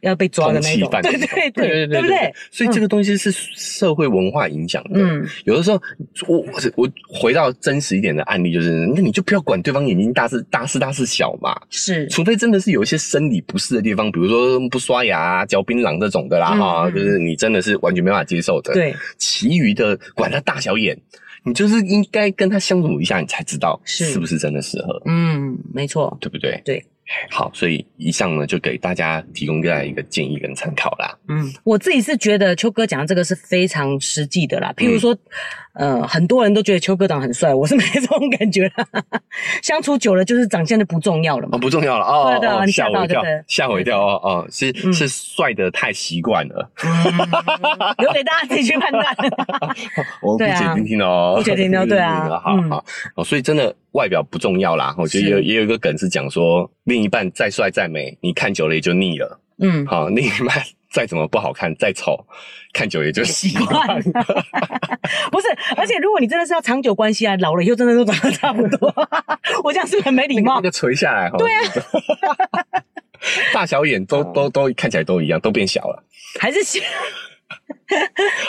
Speaker 2: 要被抓的
Speaker 1: 通
Speaker 2: 那
Speaker 1: 气
Speaker 2: 种，
Speaker 1: 犯的
Speaker 2: 对
Speaker 1: 那种，
Speaker 2: 对对，
Speaker 1: 对
Speaker 2: 不
Speaker 1: 对
Speaker 2: 对？，
Speaker 1: 所以这个东西是社会文化影响的。
Speaker 2: 嗯，
Speaker 1: 有的时候，我我我回到真实一点的案例，就是那你就不要管对方眼睛大是大是大是小嘛，
Speaker 2: 是
Speaker 1: 除非真的是有一些生理不适的地方，比如说不刷牙、啊、嚼槟榔这种的啦，
Speaker 2: 嗯
Speaker 1: 哈、
Speaker 2: 嗯
Speaker 1: 就是你真的是完全没办法接受的。，
Speaker 2: 对，
Speaker 1: 其余的管他大小眼，你就是应该跟他相处一下，你才知道
Speaker 2: 是
Speaker 1: 是不是真的适合，
Speaker 2: 嗯，没错，
Speaker 1: 对不对？
Speaker 2: 对。
Speaker 1: 好，所以以上呢就给大家提供大家一个建议跟参考啦。
Speaker 2: 嗯，我自己是觉得秋哥讲的这个是非常实际的啦。譬如说，呃，很多人都觉得秋哥长得很帅，我是没这种感觉啦。 相处久了，就是长相就不重要了
Speaker 1: 哦，
Speaker 2: 嘛。
Speaker 1: 不重要了哦，
Speaker 2: 对的
Speaker 1: 哦
Speaker 2: 你
Speaker 1: 吓
Speaker 2: 吓
Speaker 1: 我
Speaker 2: 到
Speaker 1: 一跳
Speaker 2: 对不对，
Speaker 1: 吓我一跳哦哦，是、
Speaker 2: 嗯
Speaker 1: 是帅的太习惯了，
Speaker 2: 嗯 留给大家自己去判断。
Speaker 1: 我不
Speaker 2: 对
Speaker 1: 决
Speaker 2: 啊
Speaker 1: 定听哦，
Speaker 2: 不决 定听对啊
Speaker 1: 好
Speaker 2: 嗯
Speaker 1: 好哦，所以真的外表不重要啦。我觉得
Speaker 2: 是
Speaker 1: 也有也有一个梗是讲说，另一半再帅再美，你看久了也就腻了。
Speaker 2: 嗯，
Speaker 1: 好， 另一半再怎么不好看再丑，看久了也就习惯
Speaker 2: 习
Speaker 1: 了。
Speaker 2: 不是，而且如果你真的是要长久关系啊，老了以后真的都长得差不多。 我这样是不是很没礼
Speaker 1: 那
Speaker 2: 貌
Speaker 1: 个？垂下来哈， 对啊， 大小眼都都都看起来都一样，都变小了。
Speaker 2: 还是喜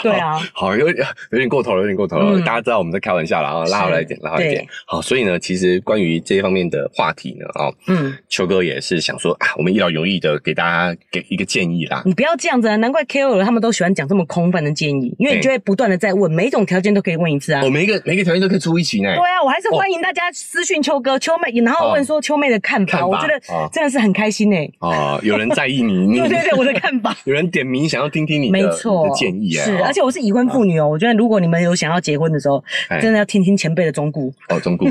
Speaker 2: 对啊，
Speaker 1: 好，有点有点过头了，有点过头了。
Speaker 2: 嗯
Speaker 1: 大家知道我们在开玩笑了啊，
Speaker 2: 是
Speaker 1: 拉回来一点，拉回来一点
Speaker 2: 对。
Speaker 1: 好，所以呢，其实关于这一方面的话题呢，哦，
Speaker 2: 嗯，
Speaker 1: 秋哥也是想说啊，我们一劳永逸的给大家给一个建议啦。
Speaker 2: 你不要这样子啊，难怪 KOL 他们都喜欢讲这么空泛的建议，因为
Speaker 1: 对
Speaker 2: 你
Speaker 1: 嗯
Speaker 2: 就会不断的在问，每一种条件都可以问一次啊
Speaker 1: 我、。哦每一个每一个条件都可以出一起呢。
Speaker 2: 对啊，我还是欢迎大家私讯秋哥、秋妹，然后问说秋妹的看
Speaker 1: 哦看法
Speaker 2: 法，我觉得
Speaker 1: 哦
Speaker 2: 真的是很开心哎。
Speaker 1: 哦，有人在意 你，你
Speaker 2: 对对对，我的看法。
Speaker 1: 有人点名想要听听 你的
Speaker 2: 没错
Speaker 1: 你的建议哎，
Speaker 2: 是，
Speaker 1: 哦
Speaker 2: 而且我是已婚妇女哦。我觉得如果你们有想要结婚的时候，
Speaker 1: 哎
Speaker 2: 真的要听听前辈的忠告。
Speaker 1: 哦，中顾，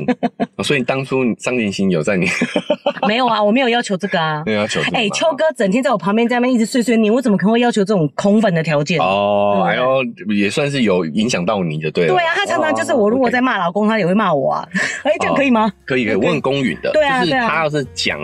Speaker 1: 哦所以当初张建新有在你
Speaker 2: 没有啊，我没有要求这个啊
Speaker 1: 那。要求什么吗
Speaker 2: 哎，秋哥整天在我旁边在那边一直碎碎念，我怎么可能会要求这种空泛的条件？
Speaker 1: 哦，哎
Speaker 2: 对
Speaker 1: 呦，也算是有影响到你的，对了
Speaker 2: 对啊，他常常就是我如果在
Speaker 1: 哦
Speaker 2: 骂老公，他也会骂我啊。哎，这样可以吗？
Speaker 1: ，OK，可以可以问公允的，
Speaker 2: 对啊
Speaker 1: 就是
Speaker 2: 对啊
Speaker 1: 他要是讲。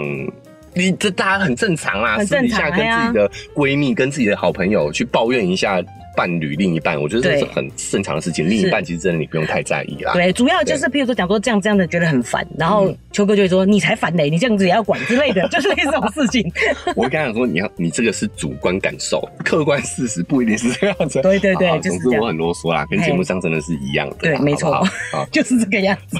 Speaker 1: 你这大家很正常啊啦，
Speaker 2: 很
Speaker 1: 私
Speaker 2: 正
Speaker 1: 底
Speaker 2: 常哎
Speaker 1: 下跟自己的闺蜜、跟自己的好朋友去抱怨一下伴侣、另一半，我觉得这
Speaker 2: 对
Speaker 1: 是很正常的事情。另一半其实真的你不用太在意啦。
Speaker 2: 啊对，主嗯要就是譬如说讲说这样这样的觉得很烦，然后秋哥就会说你才烦嘞，你这样子也要管之 类的，就是类似这种事情。
Speaker 1: 我刚想说，你要你这个是主观感受，客观事实不一定是这样子。
Speaker 2: 对对对
Speaker 1: 好好
Speaker 2: 就是
Speaker 1: 总
Speaker 2: 这
Speaker 1: 之
Speaker 2: 样哎
Speaker 1: 我很啰嗦啦，跟节目上真的是一样的啦。
Speaker 2: 对，没错
Speaker 1: 好不好，
Speaker 2: 就是这个样子。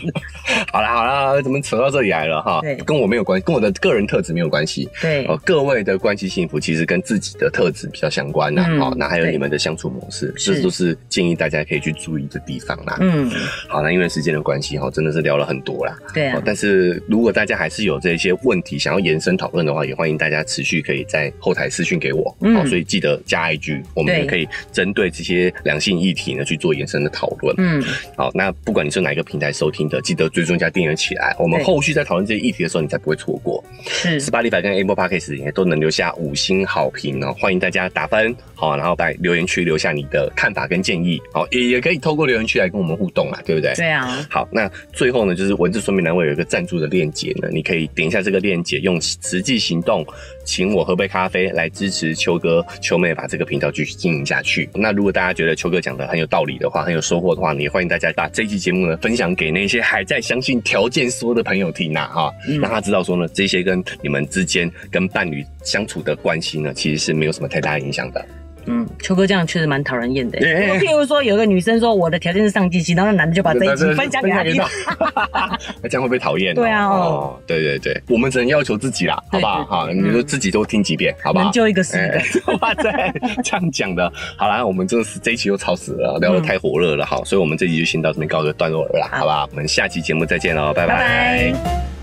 Speaker 1: 好啦好啦，怎么扯到这里来了哈
Speaker 2: 对？
Speaker 1: 跟我没有关，跟我的个人特质没有关系。
Speaker 2: 对
Speaker 1: 哦，各位的关系幸福其实跟自己的特质比较相关啦。
Speaker 2: 嗯
Speaker 1: 哦，那还有
Speaker 2: 对
Speaker 1: 你们的相处模式，
Speaker 2: 是
Speaker 1: 这都是建议大家可以去注意的地方啦。
Speaker 2: 嗯，
Speaker 1: 好，那因为时间的关系哈，真的是聊了很多啦。
Speaker 2: 对啊
Speaker 1: 哦，，但是如果大家还是有这些问题想要延伸讨论的话，也欢迎大家持续可以在后台私讯给我。
Speaker 2: 嗯
Speaker 1: 哦，所以记得加 IG，我们
Speaker 2: 对
Speaker 1: 也可以针对这些两性议题呢去做延伸的讨论。
Speaker 2: 嗯，
Speaker 1: 好，那不管你是哪一个平台收听的，记得追踪加订阅起来。我们
Speaker 2: 对
Speaker 1: 后续在讨论这些议题的时候，你才不会错过。
Speaker 2: 是
Speaker 1: Spotify 跟 Apple Podcast 也都能留下五星好评哦，欢迎大家打分好，然后在留言区留下你的看法跟建议。好，也也可以透过留言区来跟我们互动啦，对不对？
Speaker 2: 对啊，
Speaker 1: 好，那最后呢，就是文字说明栏位有一个赞助的链接呢，你可以点一下这个链接，用实际行动请我喝杯咖啡来支持秋哥、秋妹把这个频道继续经营下去。那如果大家觉得秋哥讲的很有道理的话，很有收获的话，你也欢迎大家把这一期节目呢分享给那些还在相信条件说的朋友听呐、哈、
Speaker 2: 嗯
Speaker 1: 让他知道说呢，这些跟你们之间跟伴侣相处的关系呢，其实是没有什么太大影响的。
Speaker 2: 嗯，秋哥这样确实蛮讨人厌的欸。
Speaker 1: 哎哎哎
Speaker 2: 譬如说，有一个女生说我的条件是上进心，然后那男的就把这一集分享给他听。
Speaker 1: 他， 这样会不会讨厌哦？
Speaker 2: 对啊
Speaker 1: 哦，对对对，我们只能要求自己啦，好
Speaker 2: 对
Speaker 1: 不好？
Speaker 2: 对
Speaker 1: 好，
Speaker 2: 对
Speaker 1: 你就
Speaker 2: 嗯
Speaker 1: 自己多听几遍，好不好
Speaker 2: 能？救一个是一个
Speaker 1: 哎， 哇塞，这样讲的，好啦，我们真的是这一期又超时了，聊得太火热了，好，所以我们这集就先到这边告一个段落了啦，
Speaker 2: 好
Speaker 1: 好吧？我们下期节目再见喽，拜
Speaker 2: 拜拜。